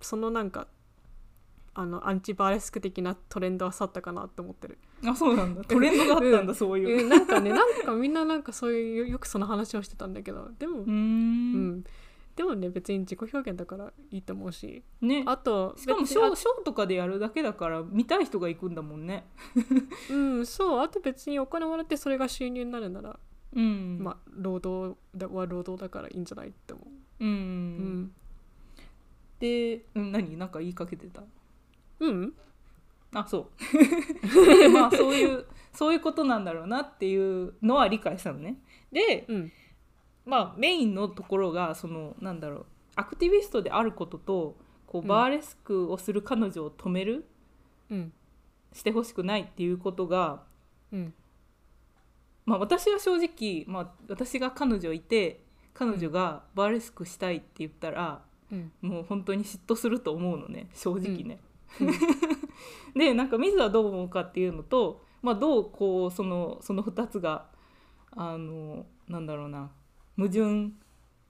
Speaker 2: うそのなんかあのアンチバーレスク的なトレンドは去ったかなと思ってる、
Speaker 1: あそうなんだトレンドがあったんだ、
Speaker 2: うん
Speaker 1: そう
Speaker 2: う
Speaker 1: いうん
Speaker 2: なんかねなんかみんななんかそういうよく [LAUGHS] その話をしてたんだけどでも、
Speaker 1: うー
Speaker 2: うんん、でもね別に自己表現だからいいと思うし
Speaker 1: ね
Speaker 2: あと
Speaker 1: しかも
Speaker 2: 別
Speaker 1: シ
Speaker 2: に
Speaker 1: ョーショーとかでやるだけだから見たい人が行くんだもんね
Speaker 2: あうんそうあと別にお金もらってそれが収入になるなら、
Speaker 1: うん
Speaker 2: まあ労働だは労働だからいいんじゃないって思う
Speaker 1: うん、
Speaker 2: うん
Speaker 1: で、うん、何なんか言いかけてた
Speaker 2: うん
Speaker 1: あそう
Speaker 2: [LAUGHS]
Speaker 1: でまあそういうそういうことなんだろうなっていうのは理解したのねで
Speaker 2: うん
Speaker 1: まあメインのところがそのなんだろうアクティビストであることとこ
Speaker 2: う
Speaker 1: うんバーレスクをする彼女を止める、
Speaker 2: うん
Speaker 1: してほしくないっていうことが、
Speaker 2: うん
Speaker 1: まあ、私は正直、まあ、私が彼女いて彼女がバーレスクしたいって言ったら、
Speaker 2: うん
Speaker 1: もう本当に嫉妬すると思うのね正直ね。 [LAUGHS] でなんか水はどう思うかっていうのと、まあ、どうこうそのその2つがあのなんだろうな矛盾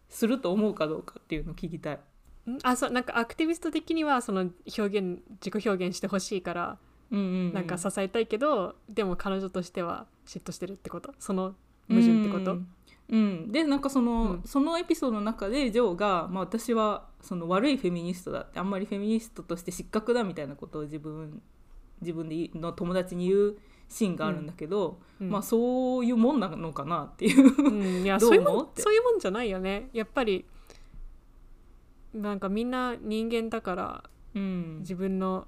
Speaker 1: すると思うかどうかっていうのを聞きたい。
Speaker 2: うんあそうなんかアクティビスト的にはその表現自己表現してほしいから、
Speaker 1: うんうんうん
Speaker 2: なんか支えたいけどでも彼女としては嫉妬してるってことその矛盾ってこと
Speaker 1: うんうん、でなんかその、
Speaker 2: うん
Speaker 1: そのエピソードの中でジョーが、まあ、私はその悪いフェミニストだってあんまりフェミニストとして失格だみたいなことを自分自分で言うの友達に言うシーンがあるんだけど、
Speaker 2: うん
Speaker 1: まあそういうもんなのかなっていう。
Speaker 2: うん、い
Speaker 1: [LAUGHS]
Speaker 2: や
Speaker 1: どう
Speaker 2: そういう
Speaker 1: 思
Speaker 2: も
Speaker 1: うんって
Speaker 2: そういうもんじゃないよねやっぱりなんかみんな人間だから
Speaker 1: [LAUGHS] うん
Speaker 2: 自分の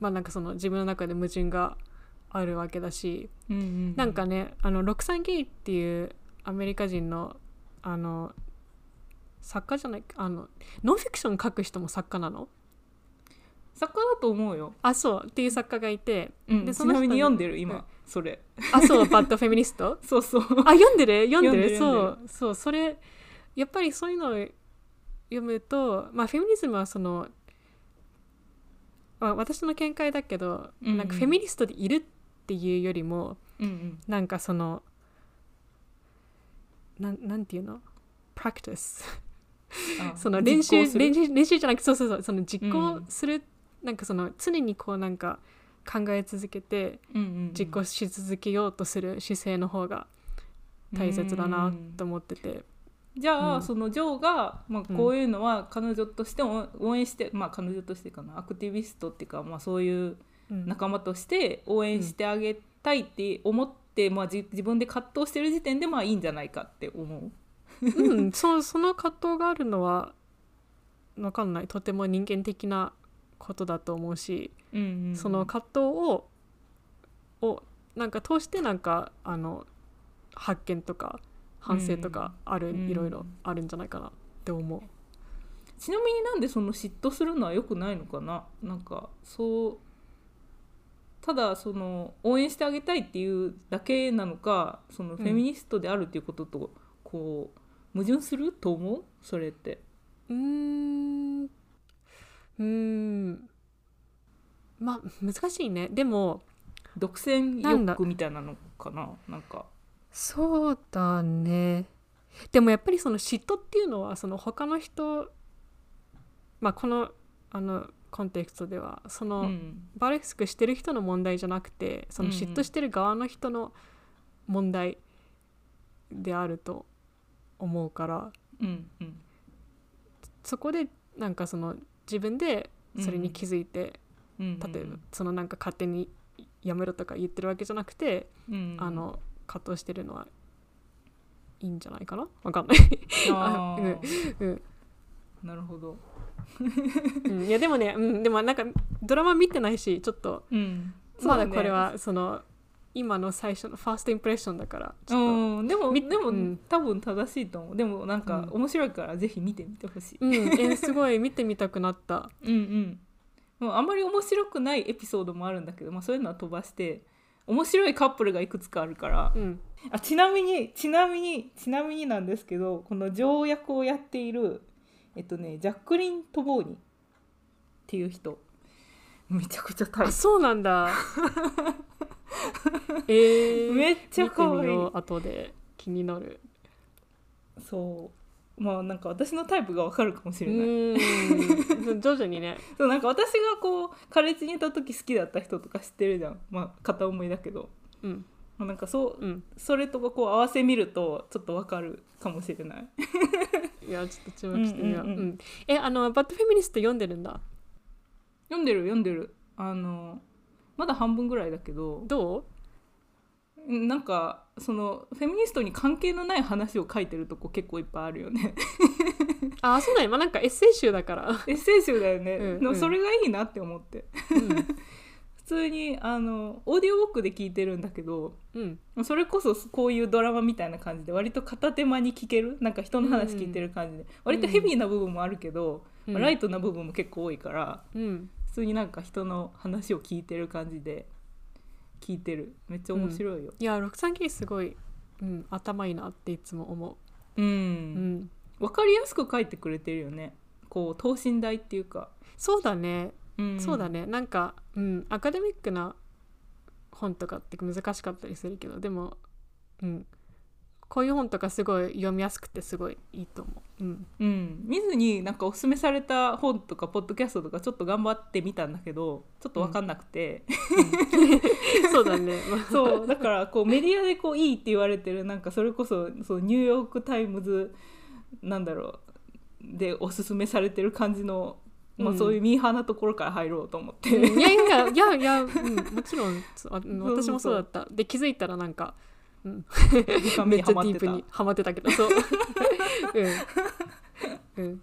Speaker 2: まあなんかその自分の中で矛盾があるわけだし
Speaker 1: うんうん
Speaker 2: なんかねあのロクサン・ゲイっていうアメリカ人のあの作家じゃないあのノンフィクション書く人も作家なの
Speaker 1: 作家だと思うよ。
Speaker 2: あそうっていう作家がいて
Speaker 1: うん、
Speaker 2: で
Speaker 1: ち
Speaker 2: そ
Speaker 1: な
Speaker 2: の人
Speaker 1: み
Speaker 2: に
Speaker 1: に読んでる
Speaker 2: うん
Speaker 1: 今そ
Speaker 2: [LAUGHS]
Speaker 1: れ。
Speaker 2: あそうバッドフェミニスト
Speaker 1: そうそう。
Speaker 2: [LAUGHS] あ読んでる読んでる
Speaker 1: 読んでる
Speaker 2: そう
Speaker 1: 読
Speaker 2: そうそれやっぱりそういうのを読むとまあフェミニズムはその、まあ、私の見解だけど、
Speaker 1: うんうん
Speaker 2: なんかフェミニストでいるっていうよりも
Speaker 1: うん
Speaker 2: なんかそのなんなんていうの practice
Speaker 1: うんあ
Speaker 2: [LAUGHS] その練習
Speaker 1: 実行する
Speaker 2: 練習練習じゃなくてそうそうそうその実
Speaker 1: う
Speaker 2: 行
Speaker 1: ん
Speaker 2: する、なんかその常にこうなんか考え続けて
Speaker 1: うんうんうん
Speaker 2: 実行し続けようとする姿勢の方が大切だなと思ってて、
Speaker 1: じゃあ、
Speaker 2: うん
Speaker 1: そのジョーが、まあ、
Speaker 2: うん
Speaker 1: こういうのは彼女としても応援して、まあ彼女としてかなアクティビストっていうか、まあ、そういう
Speaker 2: うん
Speaker 1: 仲間として応援してあげたいって思って、まあ、じ自分で葛藤してる時点でまあいいんじゃないかって思う。
Speaker 2: うん、そその葛藤があるのは分かんないとても人間的なことだと思うし、
Speaker 1: うんうん
Speaker 2: その葛藤ををなんか通してなんかあの発見とか反省とかある、
Speaker 1: うん
Speaker 2: いろいろあるんじゃないかなって思う。
Speaker 1: ちなみになんでその嫉妬するのは良くないのかななんかそうただその応援してあげたいっていうだけなのかそのフェミニストであるっていうことと、こう矛盾すると思うそれって。
Speaker 2: うーんうーんまあ難しいねでも
Speaker 1: 独占
Speaker 2: なん
Speaker 1: 欲
Speaker 2: だ
Speaker 1: みたいなのかななんか
Speaker 2: そうだねでもやっぱりその嫉妬っていうのはその他の人まあこのあのコンテクストではその、
Speaker 1: うん
Speaker 2: バレスクしてる人の問題じゃなくてその
Speaker 1: うんうん
Speaker 2: 嫉妬してる側の人の問題であると思うから
Speaker 1: うんうん
Speaker 2: そこでなんかその自分でそれに気づいて、
Speaker 1: うん
Speaker 2: 例えばそのなんか勝手にやめろとか言ってるわけじゃなくて、
Speaker 1: うん
Speaker 2: あの葛藤してるのはいいんじゃないかなわかんない、
Speaker 1: あー
Speaker 2: うん、
Speaker 1: なるほど
Speaker 2: うんい [LAUGHS] やでもね、うん、でもなんかドラマ見てないしちょっと
Speaker 1: うん
Speaker 2: まだ
Speaker 1: そうね
Speaker 2: これはその今の最初のファーストインプレッションだからちょっ
Speaker 1: うんでも
Speaker 2: み
Speaker 1: でも、
Speaker 2: うん
Speaker 1: 多分正しいと思うでもなんか
Speaker 2: うん
Speaker 1: 面白いからぜひ見てみてほしい
Speaker 2: と、うんえすごい見てみたくなった
Speaker 1: うんうんもうあんまり面白くないエピソードもあるんだけど、まあ、そういうのは飛ばして面白いカップルがいくつかあるから
Speaker 2: うん
Speaker 1: あちなみにちなみにちなみになんですけどこの条約をやっているえっとねジャックリン・トボーニっていう人めちゃくちゃ大
Speaker 2: あそうなん
Speaker 1: [LAUGHS]
Speaker 2: だえー、
Speaker 1: めっちゃ可
Speaker 2: 見て
Speaker 1: 愛
Speaker 2: み
Speaker 1: い
Speaker 2: よう後で気になる
Speaker 1: そうまあなんか私のタイプがわかるかもし
Speaker 2: う
Speaker 1: れない、
Speaker 2: ーん [LAUGHS] 徐々にね
Speaker 1: そうなんか私がこうカレッジにいた時好きだった人とか知ってるじゃんまあ片思いだけど、
Speaker 2: うん
Speaker 1: まあ、なんかそう
Speaker 2: うん
Speaker 1: それとかこう合わせ見るとちょっとわかるかもしれない
Speaker 2: いやちょっと注目してみよう,、
Speaker 1: うんうんうん
Speaker 2: うんえあの「バッドフェミニスト」読んでるんだ
Speaker 1: 読んでる読んでるあのまだ半分ぐらいだけど
Speaker 2: どう
Speaker 1: うんなんかそのフェミニストに関係のない話を書いてるとこ結構いっぱいあるよね [LAUGHS]
Speaker 2: あそうだねまあなんかエッセイ集だから、
Speaker 1: エッセイ集だよね、
Speaker 2: うんうん
Speaker 1: でもそれがいいなって思って
Speaker 2: う
Speaker 1: 普通にあのオーディオブックで聞いてるんだけど
Speaker 2: ん、うん
Speaker 1: それこそこういうドラマみたいな感じで割と片手間に聞けるなんか人の話聞いてる感じで、割とヘビーな部分もあるけど、
Speaker 2: うん
Speaker 1: まあライトな部分も結構多いから
Speaker 2: うん
Speaker 1: 普通になんか人の話を聞いてる感じで聞いてるめっちゃ面白いよ。
Speaker 2: いや 63K すごい、うん、頭いいなっていつも思
Speaker 1: うん
Speaker 2: う、うん、
Speaker 1: わかりやすく書いてくれてるよねこう等身大っていうか、
Speaker 2: そうだね、
Speaker 1: うん
Speaker 2: そうだねなんか、うん、アカデミックな本とかって難しかったりするけどでも、うん、こういう本とかすごい読みやすくてすごいいいと思う、 [LAUGHS] うん
Speaker 1: うん、見ずになんかおすすめされた本とかポッドキャストとかちょっと頑張ってみたんだけどちょっと分かんなくて、
Speaker 2: そうだ [LAUGHS] ね、まあ
Speaker 1: そうだからこうメディアでこういいって言われてるなんかそれこそそうニューヨーク・タイムズなんだろうでおすすめされてる感じの、まあ、
Speaker 2: うん
Speaker 1: そういうミーハーなところから入ろうと思って、
Speaker 2: [LAUGHS] うんいやいやいやいや、うん、もちろんそうあう
Speaker 1: そう
Speaker 2: ん
Speaker 1: そう
Speaker 2: 私もそうだったで気づいたらなんか
Speaker 1: 時間目
Speaker 2: め
Speaker 1: に
Speaker 2: っち
Speaker 1: ハ
Speaker 2: ゃデ
Speaker 1: マっ
Speaker 2: ィー
Speaker 1: て
Speaker 2: プ
Speaker 1: た
Speaker 2: にハマってたけど [LAUGHS] そう、うんうん、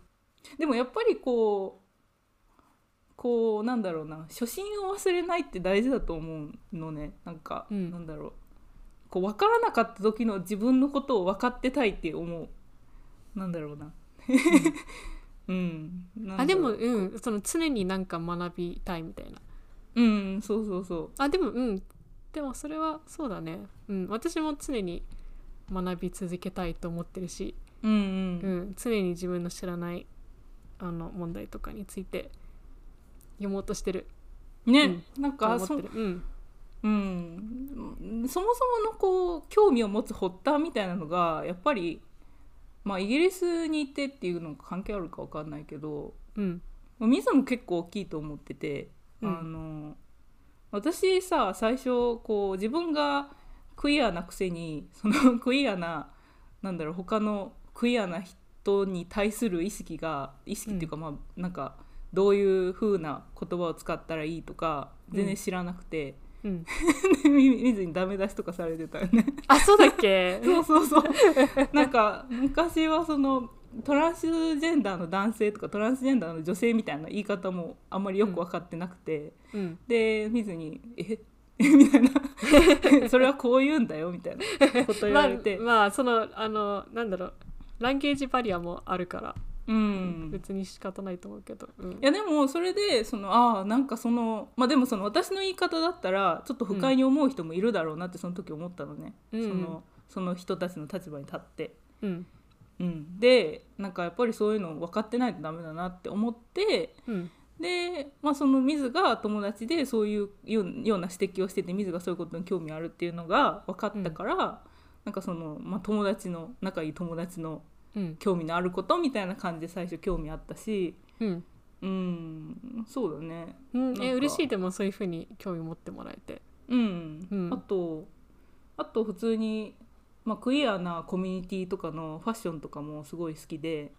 Speaker 1: でもやっぱりこうこうなんだろうな初心を忘れないって大事だと思うのねなんか、
Speaker 2: うん
Speaker 1: なんだろうこう分からなかった時の自分のことを分かってたいって思うなんだろうな [LAUGHS] うん、なんだろう
Speaker 2: あでもうんその常になんか学びたいみたいな
Speaker 1: うんそうそうそう
Speaker 2: あでもうんでもそれはそうだねうん私も常に学び続けたいと思ってるし、
Speaker 1: うん
Speaker 2: う
Speaker 1: うん、
Speaker 2: ん、常に自分の知らないあの問題とかについて読もうとしてる
Speaker 1: ね、なん
Speaker 2: と
Speaker 1: か
Speaker 2: 思っ
Speaker 1: そ,、
Speaker 2: てるうん
Speaker 1: うん、そもそものこう興味を持つ発端みたいなのがやっぱり、まあ、イギリスに行ってっていうのが関係あるか分かんないけど
Speaker 2: うん
Speaker 1: まあミズも結構大きいと思ってて、
Speaker 2: うん
Speaker 1: あの私さ最初こう自分がクイアなくせにその [LAUGHS] クイアななんだろう他のクイアな人に対する意識が意識っていうか、まあなんかどういう風な言葉を使ったらいいとか全然知らなくて、
Speaker 2: [LAUGHS] うん、
Speaker 1: [LAUGHS] でミミズにダメ出しとかされてたよね。
Speaker 2: あそうだっけ
Speaker 1: [LAUGHS] そうそうそうなんか昔はそのトランスジェンダーの男性とかトランスジェンダーの女性みたいな言い方もあんまりよく分かってなくて、
Speaker 2: うん
Speaker 1: で見ずに「え [LAUGHS] みたいな [LAUGHS] それはこう言うんだよみたいなこと言
Speaker 2: ま
Speaker 1: わ
Speaker 2: あ
Speaker 1: れて、
Speaker 2: まあそのあのなんだろうランゲージバリアもあるから、
Speaker 1: うん、
Speaker 2: 別に仕方ないと思うけど、うん
Speaker 1: い、やでもそれでそのああなんかそのまあでもその私の言い方だったらちょっと不快に思う人もいるだろうなってその時思ったのね、
Speaker 2: うん
Speaker 1: そのその人たちの立場に立って。
Speaker 2: うん
Speaker 1: うん、でなんかやっぱりそういうの分かってないとダメだなって思って
Speaker 2: うん
Speaker 1: で、まあ、その水が友達でそういうようような指摘をしてて水がそういうことに興味あるっていうのが分かったから、なんかその、まあ、友達の仲いい友達の
Speaker 2: うん
Speaker 1: 興味のあることみたいな感じで最初興味あったし
Speaker 2: うん
Speaker 1: うんそうだね
Speaker 2: うん、
Speaker 1: なん
Speaker 2: え
Speaker 1: か
Speaker 2: 嬉しいでもそういうふうに興味持ってもらえて
Speaker 1: うん、
Speaker 2: うん
Speaker 1: あとあと普通に、ままあ、クイアなコミュニティとかのファッションとかもすごい好きで、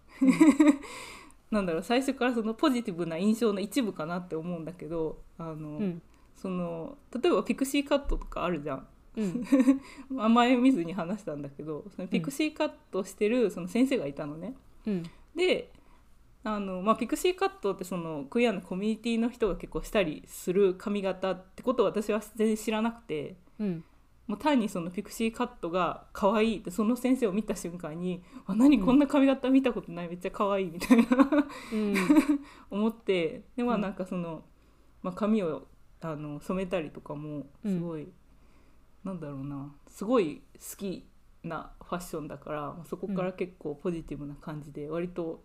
Speaker 1: [LAUGHS] なんだろう最初からそのポジティブな印象の一部かなって思うんだけどあの、
Speaker 2: うん
Speaker 1: その例えばピクシーカットとかあるじゃん。
Speaker 2: うん
Speaker 1: まあ前見ずに話したんだけどそのピクシーカットしてるその先生がいたのね。
Speaker 2: うん
Speaker 1: であの、まあ、ピクシーカットってそのクイアのコミュニティの人が結構したりする髪型ってことを私は全然知らなくて
Speaker 2: うん
Speaker 1: もう単にそのピクシーカットが可愛いってその先生を見た瞬間に「あ何こんな髪型見たことないめっちゃ可愛いみたいな [LAUGHS]
Speaker 2: うん
Speaker 1: 思ってでまあ
Speaker 2: うん
Speaker 1: なんかその、まあ、髪をあの染めたりとかもすごい、なんだろうなすごい好きなファッションだからまあそこから結構ポジティブな感じで割と、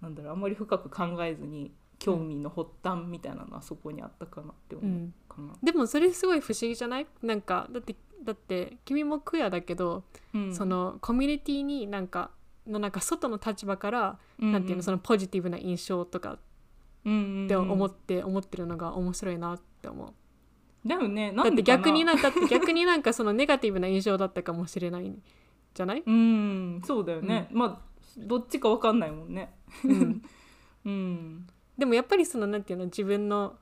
Speaker 1: なんだろうあんまり深く考えずに興味の発端みたいなのはそこにあったかなって思
Speaker 2: う
Speaker 1: うんかな。
Speaker 2: でもそれすごい不思議じゃないなんかだってだって君もクアだけど、
Speaker 1: うん
Speaker 2: そのコミュニティになんかのなんか外の立場から、
Speaker 1: うん
Speaker 2: なんていうのそのポジティブな印象とか
Speaker 1: うん
Speaker 2: って思
Speaker 1: う
Speaker 2: っ
Speaker 1: ん
Speaker 2: て、思ってるのが面白いなって思う。
Speaker 1: だよねな
Speaker 2: だっ
Speaker 1: んで
Speaker 2: て
Speaker 1: か
Speaker 2: 逆になんかだって逆になんかそのネガティブな印象だったかもしれないじゃない、
Speaker 1: うんそうだよね、まあどっちかわかんないもんね。
Speaker 2: うん、
Speaker 1: うん
Speaker 2: でもやっぱりそのなんていうの自分の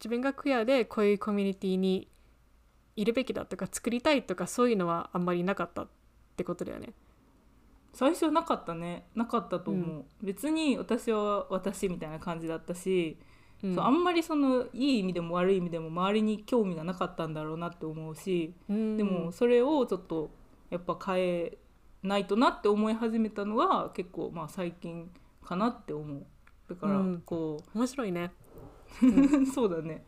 Speaker 2: 自分がクアでこういうコミュニティにいるべきだとか作りたいとかそういうのはあんまりなかったってことだよね。
Speaker 1: 最初なかったねなかったと思う、別に私は私みたいな感じだったし、
Speaker 2: うん
Speaker 1: そうあんまりそのいい意味でも悪い意味でも周りに興味がなかったんだろうなって思うし、
Speaker 2: うん
Speaker 1: でもそれをちょっとやっぱ変えないとなって思い始めたのは結構まあ最近かなって思うだから
Speaker 2: うん
Speaker 1: こ
Speaker 2: 面白いね。
Speaker 1: う、 [LAUGHS] そうだね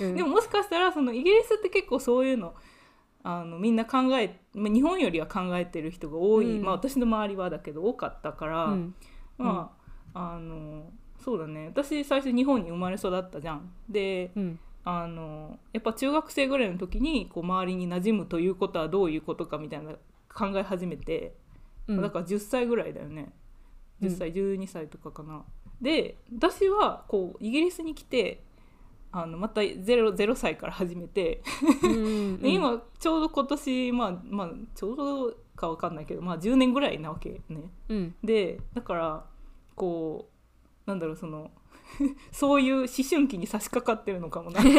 Speaker 2: うん
Speaker 1: でももしかしたらそのイギリスって結構そういうのあのみんな考えまあ日本よりは考えてる人が多い、
Speaker 2: うん
Speaker 1: まあ私の周りはだけど多かったから、
Speaker 2: うん
Speaker 1: まあ、あのそうだね私最初日本に生まれ育ったじゃん。で
Speaker 2: うん
Speaker 1: あのやっぱ中学生ぐらいの時にこう周りに馴染むということはどういうことかみたいな考え始めて、
Speaker 2: うん
Speaker 1: だから10歳ぐらいだよね
Speaker 2: うん
Speaker 1: 10歳、12歳とかかな。で私はこうイギリスに来てあのまた 0, 0歳から始めて
Speaker 2: うん
Speaker 1: で今ちょうど今年まあまあちょうどかわかんないけど、まあ、10年ぐらいなわけね。
Speaker 2: うん
Speaker 1: でだからこうなんだろうその [LAUGHS] そういう思春期に差し掛かってるのかもな思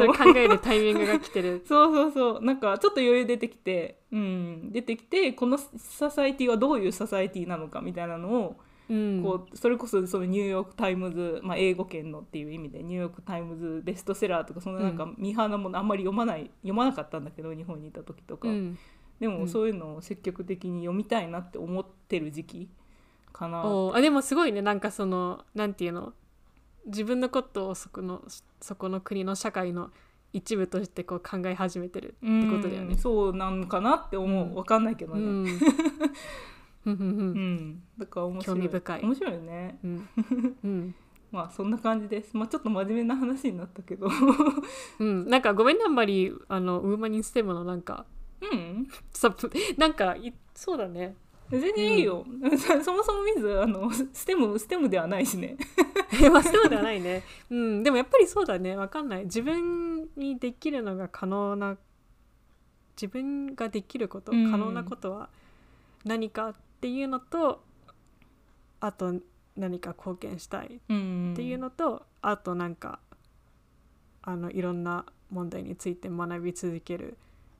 Speaker 2: [LAUGHS] そうれ考えるタイミングが来て [LAUGHS] る。
Speaker 1: そうそうそうなんかちょっと余裕出てきてうん出てきてこのササエティはどういうササエティなのかみたいなのを、
Speaker 2: うん
Speaker 1: こうそれこそそのニューヨーク・タイムズ、まあ、英語圏のっていう意味でニューヨーク・タイムズベストセラーとかそんななんかミーハーなものあんまり読まない読まなかったんだけど日本にいた時とか、
Speaker 2: うん
Speaker 1: で
Speaker 2: う
Speaker 1: も
Speaker 2: ん
Speaker 1: そういうのを積極的に読みたいなって思ってる時期かな。
Speaker 2: おーあでもすごいねなんかそのなんていうの自分のことをそこのそこの国の社会の一部としてこう考え始めてるってことだよ
Speaker 1: う
Speaker 2: ね
Speaker 1: ん。そうなんかなって思う、
Speaker 2: うん
Speaker 1: わかんないけど
Speaker 2: う
Speaker 1: ね、うん
Speaker 2: んふんふんふん
Speaker 1: だから面白い
Speaker 2: 興味深い
Speaker 1: 面白いね
Speaker 2: うんうん
Speaker 1: まあそんな感じですまあちょっと真面目な話になった [LAUGHS] けど
Speaker 2: うんなんかごめんねあんまりあのウーマニンステムのなんか
Speaker 1: うん
Speaker 2: さなんかいそうだね
Speaker 1: 全然いいよ、そもそも見ずあのステムステムではないしね
Speaker 2: えまあそうではないね、うん、でもやっぱりそうだねわかんない自分にできるのが可能な自分ができること、
Speaker 1: うん
Speaker 2: 可能なことは何かっていうのとあと何か貢献したい
Speaker 1: うん
Speaker 2: っていうのと、あとなんかあのいろんな問題について学び続ける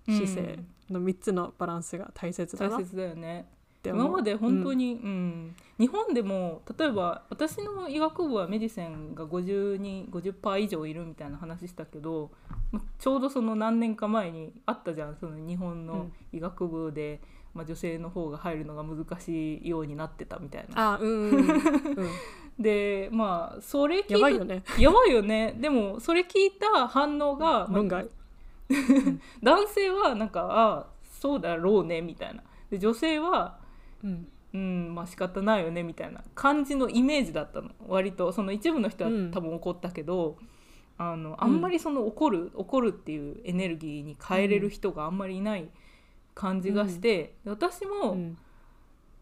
Speaker 2: 姿勢の3つのバランスが大切だ
Speaker 1: 大
Speaker 2: なっ
Speaker 1: 切だよね
Speaker 2: て思う。
Speaker 1: 今まで本当
Speaker 2: うん
Speaker 1: に、うん日本でも例えば私の医学部はメディセンが50人50%以上いるみたいな話したけどまちょうどその何年か前にあったじゃんその日本
Speaker 2: う
Speaker 1: の
Speaker 2: ん
Speaker 1: 医学部で、まあ、女性の方が入るのが難しいようになってたみたいな。
Speaker 2: あうんうん、うん、
Speaker 1: [LAUGHS] でまあそれ聞いた
Speaker 2: やばいよね
Speaker 1: やばいよねでもそれ聞いた反応が、まあ
Speaker 2: 論外。
Speaker 1: 男性はなんか「ああそうだろうね」みたいな。で女性は
Speaker 2: うん
Speaker 1: うんまあ仕方ないよねみたいな感じのイメージだったの割とその一部の人は
Speaker 2: うん
Speaker 1: 多分怒ったけど、あのあんまりその怒る、怒るっていうエネルギーに変えれる人があんまりいない感じがして、私も、
Speaker 2: うん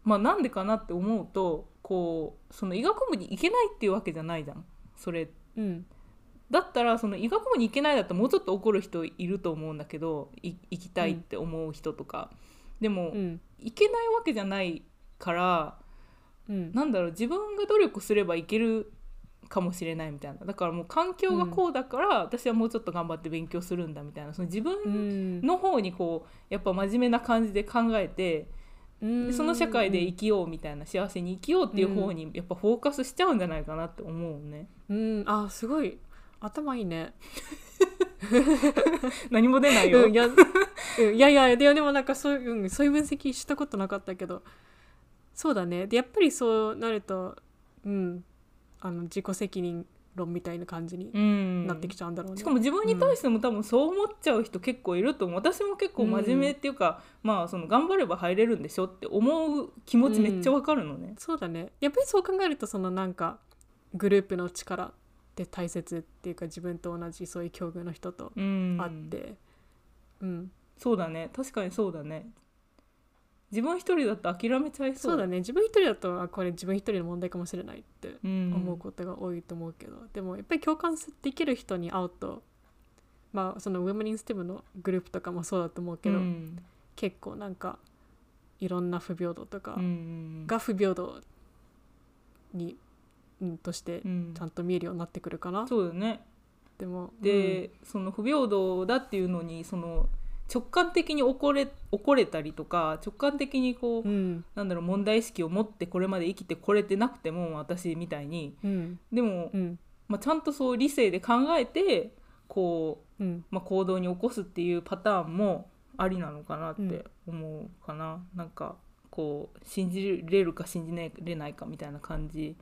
Speaker 1: まあなんでかなって思うとこうその医学部に行けないっていうわけじゃないじゃんそれ
Speaker 2: うん
Speaker 1: だったらその医学部に行けないだともうちょっと怒る人いると思うんだけどい行きたいって思う人とか、でも、
Speaker 2: うん
Speaker 1: 行けないわけじゃないから
Speaker 2: うん
Speaker 1: なんだろう自分が努力すればいけるかもしれないみたいなだからもう環境がこうだから、私はもうちょっと頑張って勉強するんだみたいなその自
Speaker 2: う
Speaker 1: 分
Speaker 2: ん
Speaker 1: の方にこうやっぱ真面目な感じで考えて、
Speaker 2: うん
Speaker 1: でその社会で生きようみたいな幸せに生きようっていう方にやっぱフォーカスしちゃうんじゃないかなって思うね。
Speaker 2: うんあすごい頭いいね
Speaker 1: 何も出ないよ、
Speaker 2: うん、いやうんいやいやででもなんかそう,、うん、そういう分析したことなかったけどそうだねでやっぱりそうなると、うん、あの自己責任論みたいな感じに
Speaker 1: うん
Speaker 2: なってきちゃうんだろうね。
Speaker 1: しかも自分に対しても多分そう思っちゃう人結構いると思う私も結構真面目っていうか、まあその頑張れば入れるんでしょって思う気持ちめっちゃわかるのね。
Speaker 2: そうだねやっぱりそう考えるとそのなんかグループの力って大切っていうか自分と同じそういう境遇の人と
Speaker 1: うん
Speaker 2: 会って、うん
Speaker 1: そうだね確かにそうだね自分一人だと諦めちゃいそう
Speaker 2: そうだね自分一人だとあこれ自分一人の問題かもしれないって
Speaker 1: うん、
Speaker 2: 思うことが多いと思うけど、でもやっぱり共感できる人に会うとまあそのウェムリンステムのグループとかもそうだと思うけど、
Speaker 1: うん
Speaker 2: 結構なんかいろんな不平等とか
Speaker 1: うん
Speaker 2: が不平等に、うん、として
Speaker 1: うん
Speaker 2: ちゃんと見えるようになってくるかな、
Speaker 1: そうだね
Speaker 2: でも
Speaker 1: で、その不平等だっていうのにその直感的に怒れ怒れたりとか直感的にこう、
Speaker 2: うんうん
Speaker 1: なんだろう問題意識を持ってこれまで生きてこれてなくても私みたいに
Speaker 2: うん
Speaker 1: でも、
Speaker 2: うん
Speaker 1: まあ、ちゃんとそう理性で考えてこ [LAUGHS]
Speaker 2: うん
Speaker 1: う、まあ、行動に起こすっていうパターンもありなのかなって思うかな、なんかこう信じれるか信じれないかみたいな感じ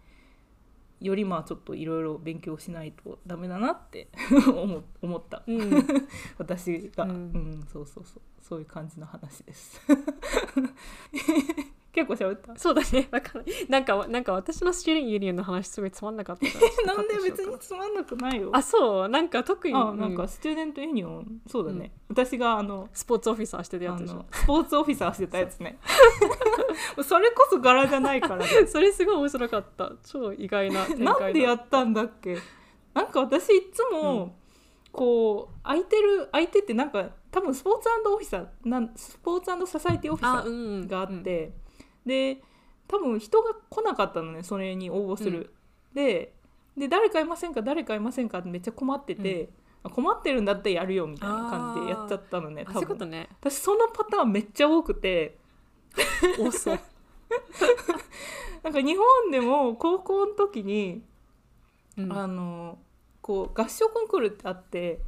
Speaker 1: よりまあちょっといろいろ勉強しないとダメだなって [LAUGHS] 思思った
Speaker 2: うん
Speaker 1: 私が、う
Speaker 2: うんん
Speaker 1: そうそうそうそういう感じの話です [LAUGHS] 結構喋った
Speaker 2: そうだねわかんないなんかなんか私のスチューリンユニオンの話すごいつまんなかったからちょっとカ
Speaker 1: [LAUGHS] な
Speaker 2: ッ
Speaker 1: んで
Speaker 2: トしよ
Speaker 1: 別
Speaker 2: うか
Speaker 1: につまんなくないよ
Speaker 2: あそうなんか特に
Speaker 1: あなん
Speaker 2: う
Speaker 1: かスチューデントユニオンそうだね、私があの
Speaker 2: スポーツオフィサーしてるや
Speaker 1: あ
Speaker 2: つでしょ
Speaker 1: のスポーツオフィサーしてたやつ
Speaker 2: [LAUGHS]
Speaker 1: ねそれこそ柄じゃないからね
Speaker 2: それすごい面白かった超意外 [LAUGHS] な展開だ
Speaker 1: なんでやったんだっけなんか私いつも、
Speaker 2: うん
Speaker 1: こう空いてる空いてってなんか多分スポーツオフィサーなんスポーツソサイティオフィ
Speaker 2: あ
Speaker 1: サ
Speaker 2: う
Speaker 1: ー
Speaker 2: ん
Speaker 1: があって、で多分人が来なかったのねそれに応募する、でで誰かいませんか誰かいませんかってめっちゃ困ってて、あ困ってるんだったらやるよみたいな感じでやっちゃったのね
Speaker 2: あ
Speaker 1: 多
Speaker 2: そういう
Speaker 1: 分
Speaker 2: ことね
Speaker 1: 私そのパターンめっちゃ多くて
Speaker 2: 多そう
Speaker 1: なんか日本でも高校の時に、
Speaker 2: うん
Speaker 1: あのこう合唱コンクールってあって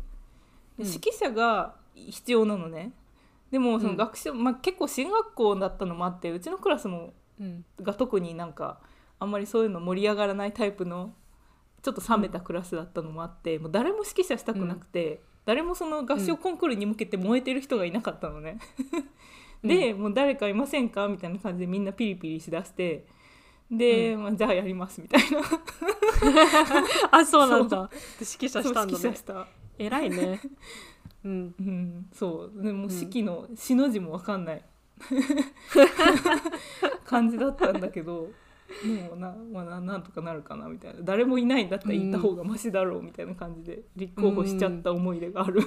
Speaker 2: うん
Speaker 1: 指揮者が必要なのね、でもその学習、まあ、結構進学校だったのもあってうちのクラスも
Speaker 2: うん
Speaker 1: が特になんかあんまりそういうの盛り上がらないタイプのちょっと冷めたクラスだったのもあって、もう誰も指揮者したくなくて、誰もその合唱コンクールに向けて燃えてる人がいなかったのね。
Speaker 2: うん
Speaker 1: で、もう誰かいませんかみたいな感じでみんなピリピリしだしてで、まあ、じゃあやりますみたいな
Speaker 2: [LAUGHS] あそうなんだで指揮者
Speaker 1: そう
Speaker 2: したん
Speaker 1: 指
Speaker 2: だ
Speaker 1: 揮者
Speaker 2: ね
Speaker 1: した、
Speaker 2: 偉いねうん
Speaker 1: うん、そうでも指揮の「し」の字もわか
Speaker 2: [LAUGHS]
Speaker 1: んない感じだったんだけどもうな,、まあ、ななんとかなるかなみたいな誰もいないんだったら行った方がマシだろうみたいな感じで立候補しちゃった思い出がある、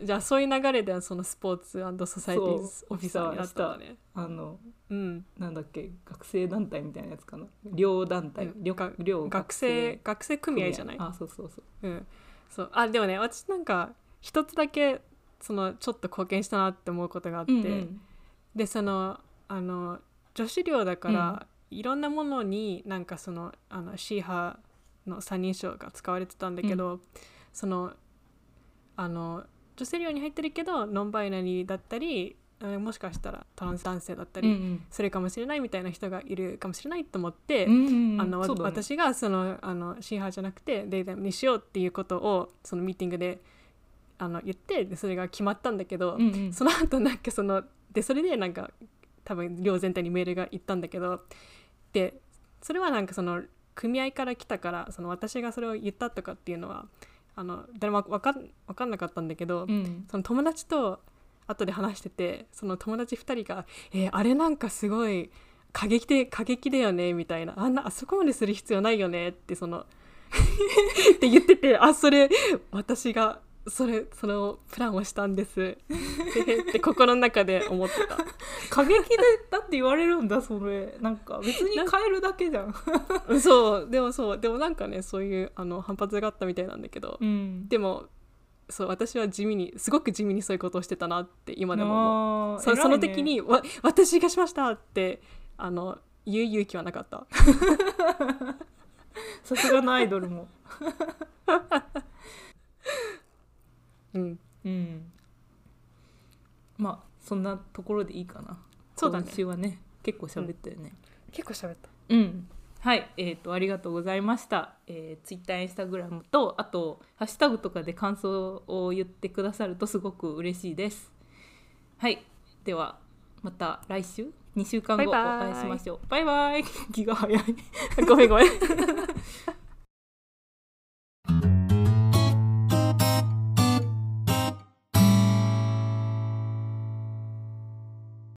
Speaker 2: じゃあそういう流れでそのスポーツソサイティ
Speaker 1: そ
Speaker 2: ー
Speaker 1: う
Speaker 2: オフィサーになったんだね
Speaker 1: あの
Speaker 2: うん
Speaker 1: なんだっけ学生団体みたいなやつかな寮団体
Speaker 2: うん
Speaker 1: 寮
Speaker 2: が
Speaker 1: 寮
Speaker 2: 学生学生組合じゃない
Speaker 1: あそうそうそう
Speaker 2: うん、そうあでもね私なんか一つだけそのちょっと貢献したなって思うことがあって、
Speaker 1: うんうん
Speaker 2: でそのあの女子寮だから、いろんなものになんかそのあのシーハーの三人称が使われてたんだけど、そのあの女性寮に入ってるけどノンバイナリーだったりあもしかしたらトランス男性だった
Speaker 1: う
Speaker 2: り
Speaker 1: ん
Speaker 2: するかもしれないみたいな人がいるかもしれないと思って、
Speaker 1: うんうんうん
Speaker 2: あのわ
Speaker 1: そうだね
Speaker 2: 私がそのあのシーハーじゃなくてデイダムにしようっていうことをそのミーティングであの言ってでそれが決まったんだけど、
Speaker 1: うんうん
Speaker 2: その後なんかそのでそれでなんか多分寮全体にメールが行ったんだけどでそれはなんかその組合から来たからその私がそれを言ったとかっていうのはあの誰もわかんわかんなかったんだけど、
Speaker 1: うん
Speaker 2: その友達と後で話しててその友達2人が「えーあれなんかすごい過激で過激だよね」みたいな「あんなあそこまでする必要ないよね」ってその [LAUGHS] って言っててあそれ私がそれそのプランをしたんですって心の中で思ってた [LAUGHS]
Speaker 1: 過激でだって言われるんだそれなんか別に変えるだけじゃん、
Speaker 2: そうでもそうでもなんかねそういうあの反発があったみたいなんだけど、
Speaker 1: うん、
Speaker 2: でもそう私は地味にすごく地味にそういうことをしてたなって今でも思う
Speaker 1: も
Speaker 2: そ [LAUGHS] その時にわ「私がしました!」ってあの言う勇気はなかった
Speaker 1: さすがのアイドルも
Speaker 2: うん
Speaker 1: [LAUGHS] うんまあそんなところでいいかな
Speaker 2: そうだね
Speaker 1: 今週はね結構喋ったよね
Speaker 2: 結構喋った
Speaker 1: うん、はいえー、とありがとうございました、えー、Twitter インスタグラムとあとハッシュタグとかで感想を言ってくださるとすごく嬉しいですはいではまた来週2週間後お
Speaker 2: バイバイ
Speaker 1: [LAUGHS] 会いしましょうバイバイ気が早い
Speaker 2: ごめんごめん